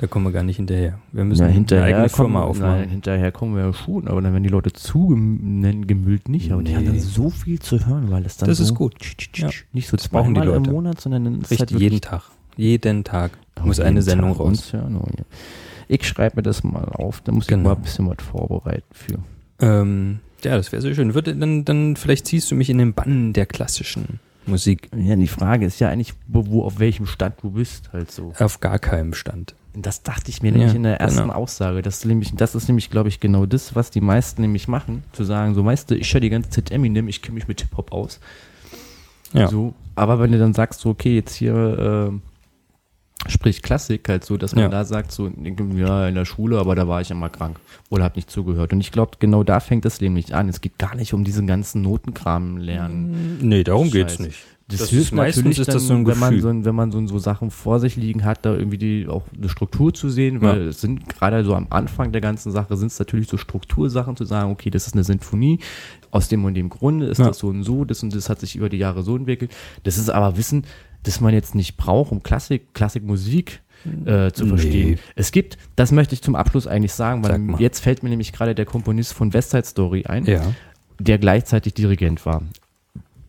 da kommen wir gar nicht hinterher. Wir müssen
Na,
eine eigene
kommen-
Firma
Nein,
aufmachen.
hinterher kommen wir ja schon, aber dann werden die Leute zugemüllt nicht. Aber die
Nee.
haben dann so viel zu hören, weil es dann
Das
so
ist gut. Ja.
nicht so
Das brauchen die
zweimal im
Leute.
Monat, sondern dann ist
Richtig,
halt wirklich
jeden Tag. Jeden Tag
Auf
muss
jeden
eine Sendung
Tag
raus.
uns hören, oh ja. Ich schreibe mir das mal auf, da muss ich
Genau.
mal ein bisschen was vorbereiten für.
Ähm, ja, das wäre sehr schön. Würde, dann, dann vielleicht ziehst du mich in den Bann der klassischen Musik.
Ja, die Frage ist ja eigentlich, wo, wo auf welchem Stand du bist, halt so.
Auf gar keinem Stand.
Und das dachte ich mir nämlich
Ja,
in der ersten
genau.
Aussage. Das, ist nämlich, das ist nämlich, glaube ich, genau das, was die meisten nämlich machen. Zu sagen, so, weißt du, ich höre die ganze Zeit Eminem, ich kenne mich mit Hip-Hop aus.
Ja.
So, aber wenn du dann sagst, so, okay, jetzt hier, äh, sprich Klassik halt so, dass man
Ja.
da sagt, so, ja, in der Schule, aber da war ich immer krank oder habe nicht zugehört. Und ich glaube, genau da fängt das nämlich an. Es geht gar nicht um diesen ganzen Notenkram lernen.
Nee, darum geht's
Scheiße.
nicht.
Das,
Das
hilft
ist- meistens
natürlich
ist
dann,
das so ein
wenn man
Gefühl.
so, ein- wenn man so, so Sachen vor sich liegen hat, da irgendwie die, auch eine Struktur zu sehen, weil
Ja.
es sind gerade so am Anfang der ganzen Sache sind es natürlich so Struktursachen zu sagen, okay, das ist eine Sinfonie, aus dem und dem Grunde ist
Ja.
das so und so, das und das hat sich über die Jahre so entwickelt. Das ist aber Wissen, das man jetzt nicht braucht, um Klassik, Klassikmusik äh, zu
Nee.
verstehen. Es gibt, das möchte ich zum Abschluss eigentlich sagen, weil
Sag mal.
jetzt fällt mir nämlich gerade der Komponist von West Side Story ein
Ja.
der gleichzeitig Dirigent war.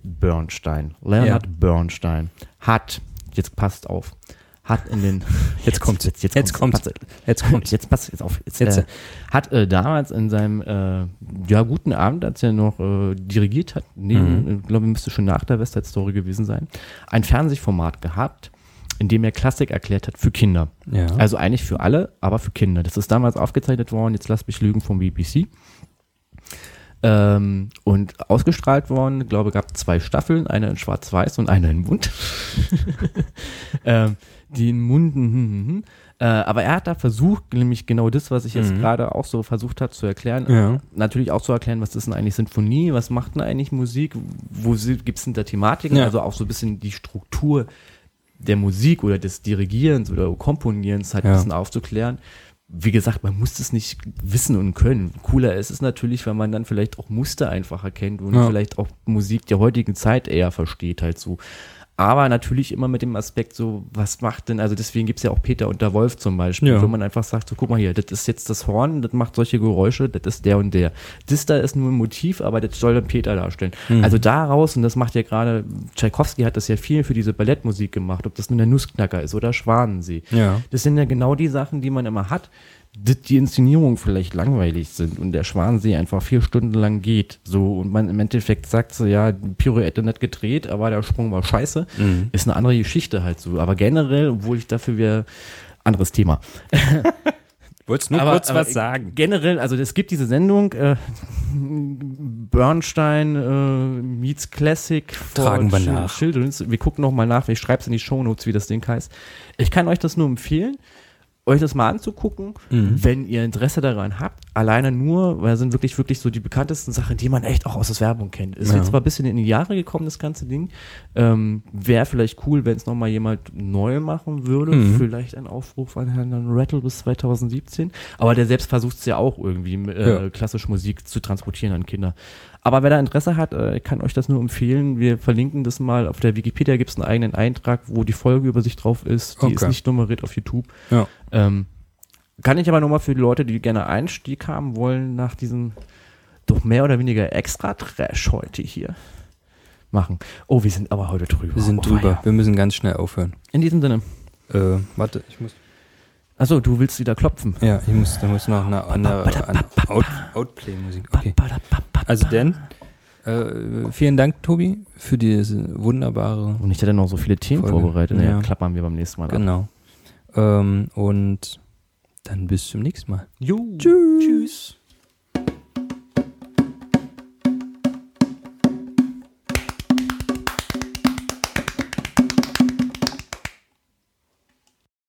Bernstein. Leonard Bernstein hat, jetzt passt auf, hat in den. Jetzt
kommt's.
Jetzt, jetzt,
Jetzt
kommt's.
kommt's.
Passt,
Jetzt kommt's.
jetzt passt jetzt auf. Jetzt,
Jetzt.
Äh, hat äh, damals in seinem äh, ja, guten Abend, als er noch äh, dirigiert hat, neben, ich glaube, müsste schon nach der Westside Story gewesen sein, ein Fernsehformat gehabt, in dem er Klassik erklärt hat für Kinder.
Ja.
Also eigentlich für alle, aber für Kinder. Das ist damals aufgezeichnet worden, jetzt lasst mich lügen, vom BBC. Ähm, und ausgestrahlt worden, glaube gab zwei Staffeln, eine in Schwarz-Weiß und eine in Mund. ähm, die in Munden. Hm, hm, hm. Äh, aber er hat da versucht, nämlich genau das, was ich jetzt gerade auch so versucht habe zu erklären,
Mhm. ja.
natürlich auch zu erklären, was ist denn eigentlich Sinfonie, was macht denn eigentlich Musik, wo gibt es denn da Thematiken,
Ja.
also auch so ein bisschen die Struktur der Musik oder des Dirigierens oder Komponierens halt
Ja.
ein bisschen aufzuklären, wie gesagt, man muss es nicht wissen und können. Cooler ist es natürlich, wenn man dann vielleicht auch Muster einfach erkennt und
Ja.
vielleicht auch Musik der heutigen Zeit eher versteht halt so. Aber natürlich immer mit dem Aspekt so, was macht denn, also deswegen gibt's ja auch Peter und der Wolf zum Beispiel,
Ja.
wo man einfach sagt, so guck mal hier, das ist jetzt das Horn, das macht solche Geräusche, das ist der und der. Das da ist nur ein Motiv, aber das soll dann Peter darstellen.
Mhm.
Also daraus, und das macht ja gerade, Tchaikovsky hat das ja viel für diese Ballettmusik gemacht, ob das nun der Nussknacker ist oder Schwanensee.
Ja.
Das sind ja genau die Sachen, die man immer hat, die, die Inszenierungen vielleicht langweilig sind und der Schwansee einfach vier Stunden lang geht. So und man im Endeffekt sagt so, ja, die Pirouette nicht gedreht, aber der Sprung war scheiße.
Mhm.
Ist eine andere Geschichte halt so. Aber generell, obwohl ich dafür wäre, anderes Thema.
Wolltest nur
aber,
kurz
aber
was sagen.
Generell, also es gibt diese Sendung, äh, Bernstein äh, meets Classic. for
Tragen wir
Chil-
nach.
Children's. Wir gucken nochmal nach, ich schreibe es in die Shownotes, wie das Ding heißt. Ich kann euch das nur empfehlen, euch das mal anzugucken,
Mhm.
wenn ihr Interesse daran habt. Alleine nur, weil das sind wirklich, wirklich so die bekanntesten Sachen, die man echt auch aus der Werbung kennt. Ist jetzt zwar ein bisschen in die Jahre gekommen, das ganze Ding. Ähm, Wäre vielleicht cool, wenn es nochmal jemand neu machen würde.
Mhm.
Vielleicht ein Aufruf an Herrn Rattle bis 2017. Aber der selbst versucht es ja auch irgendwie, äh,
Ja.
klassische Musik zu transportieren an Kinder. Aber wer da Interesse hat, äh, ich kann euch das nur empfehlen. Wir verlinken das mal. Auf der Wikipedia gibt es einen eigenen Eintrag, wo die Folge über sich drauf ist. Die ist
Okay.
nicht nummeriert auf YouTube.
Ja.
Ähm, kann ich aber nochmal für die Leute, die gerne Einstieg haben wollen, nach diesem doch mehr oder weniger extra Trash heute hier machen. Oh, wir sind aber heute drüber.
Wir sind
oh,
drüber.
weia.
Wir müssen ganz schnell aufhören.
In diesem Sinne.
Äh, warte, ich muss.
Achso, du willst wieder klopfen.
Ja, ich muss, da muss noch eine andere eine Out, Outplay-Musik. Okay. Also denn, äh, vielen Dank, Tobi, für diese wunderbare.
Und ich hätte noch so viele Themen
Folge.
vorbereitet. Naja,
Ja.
klappern wir beim nächsten Mal ab.
Genau. Ähm, und dann bis zum nächsten Mal.
Jo. Tschüss. Tschüss.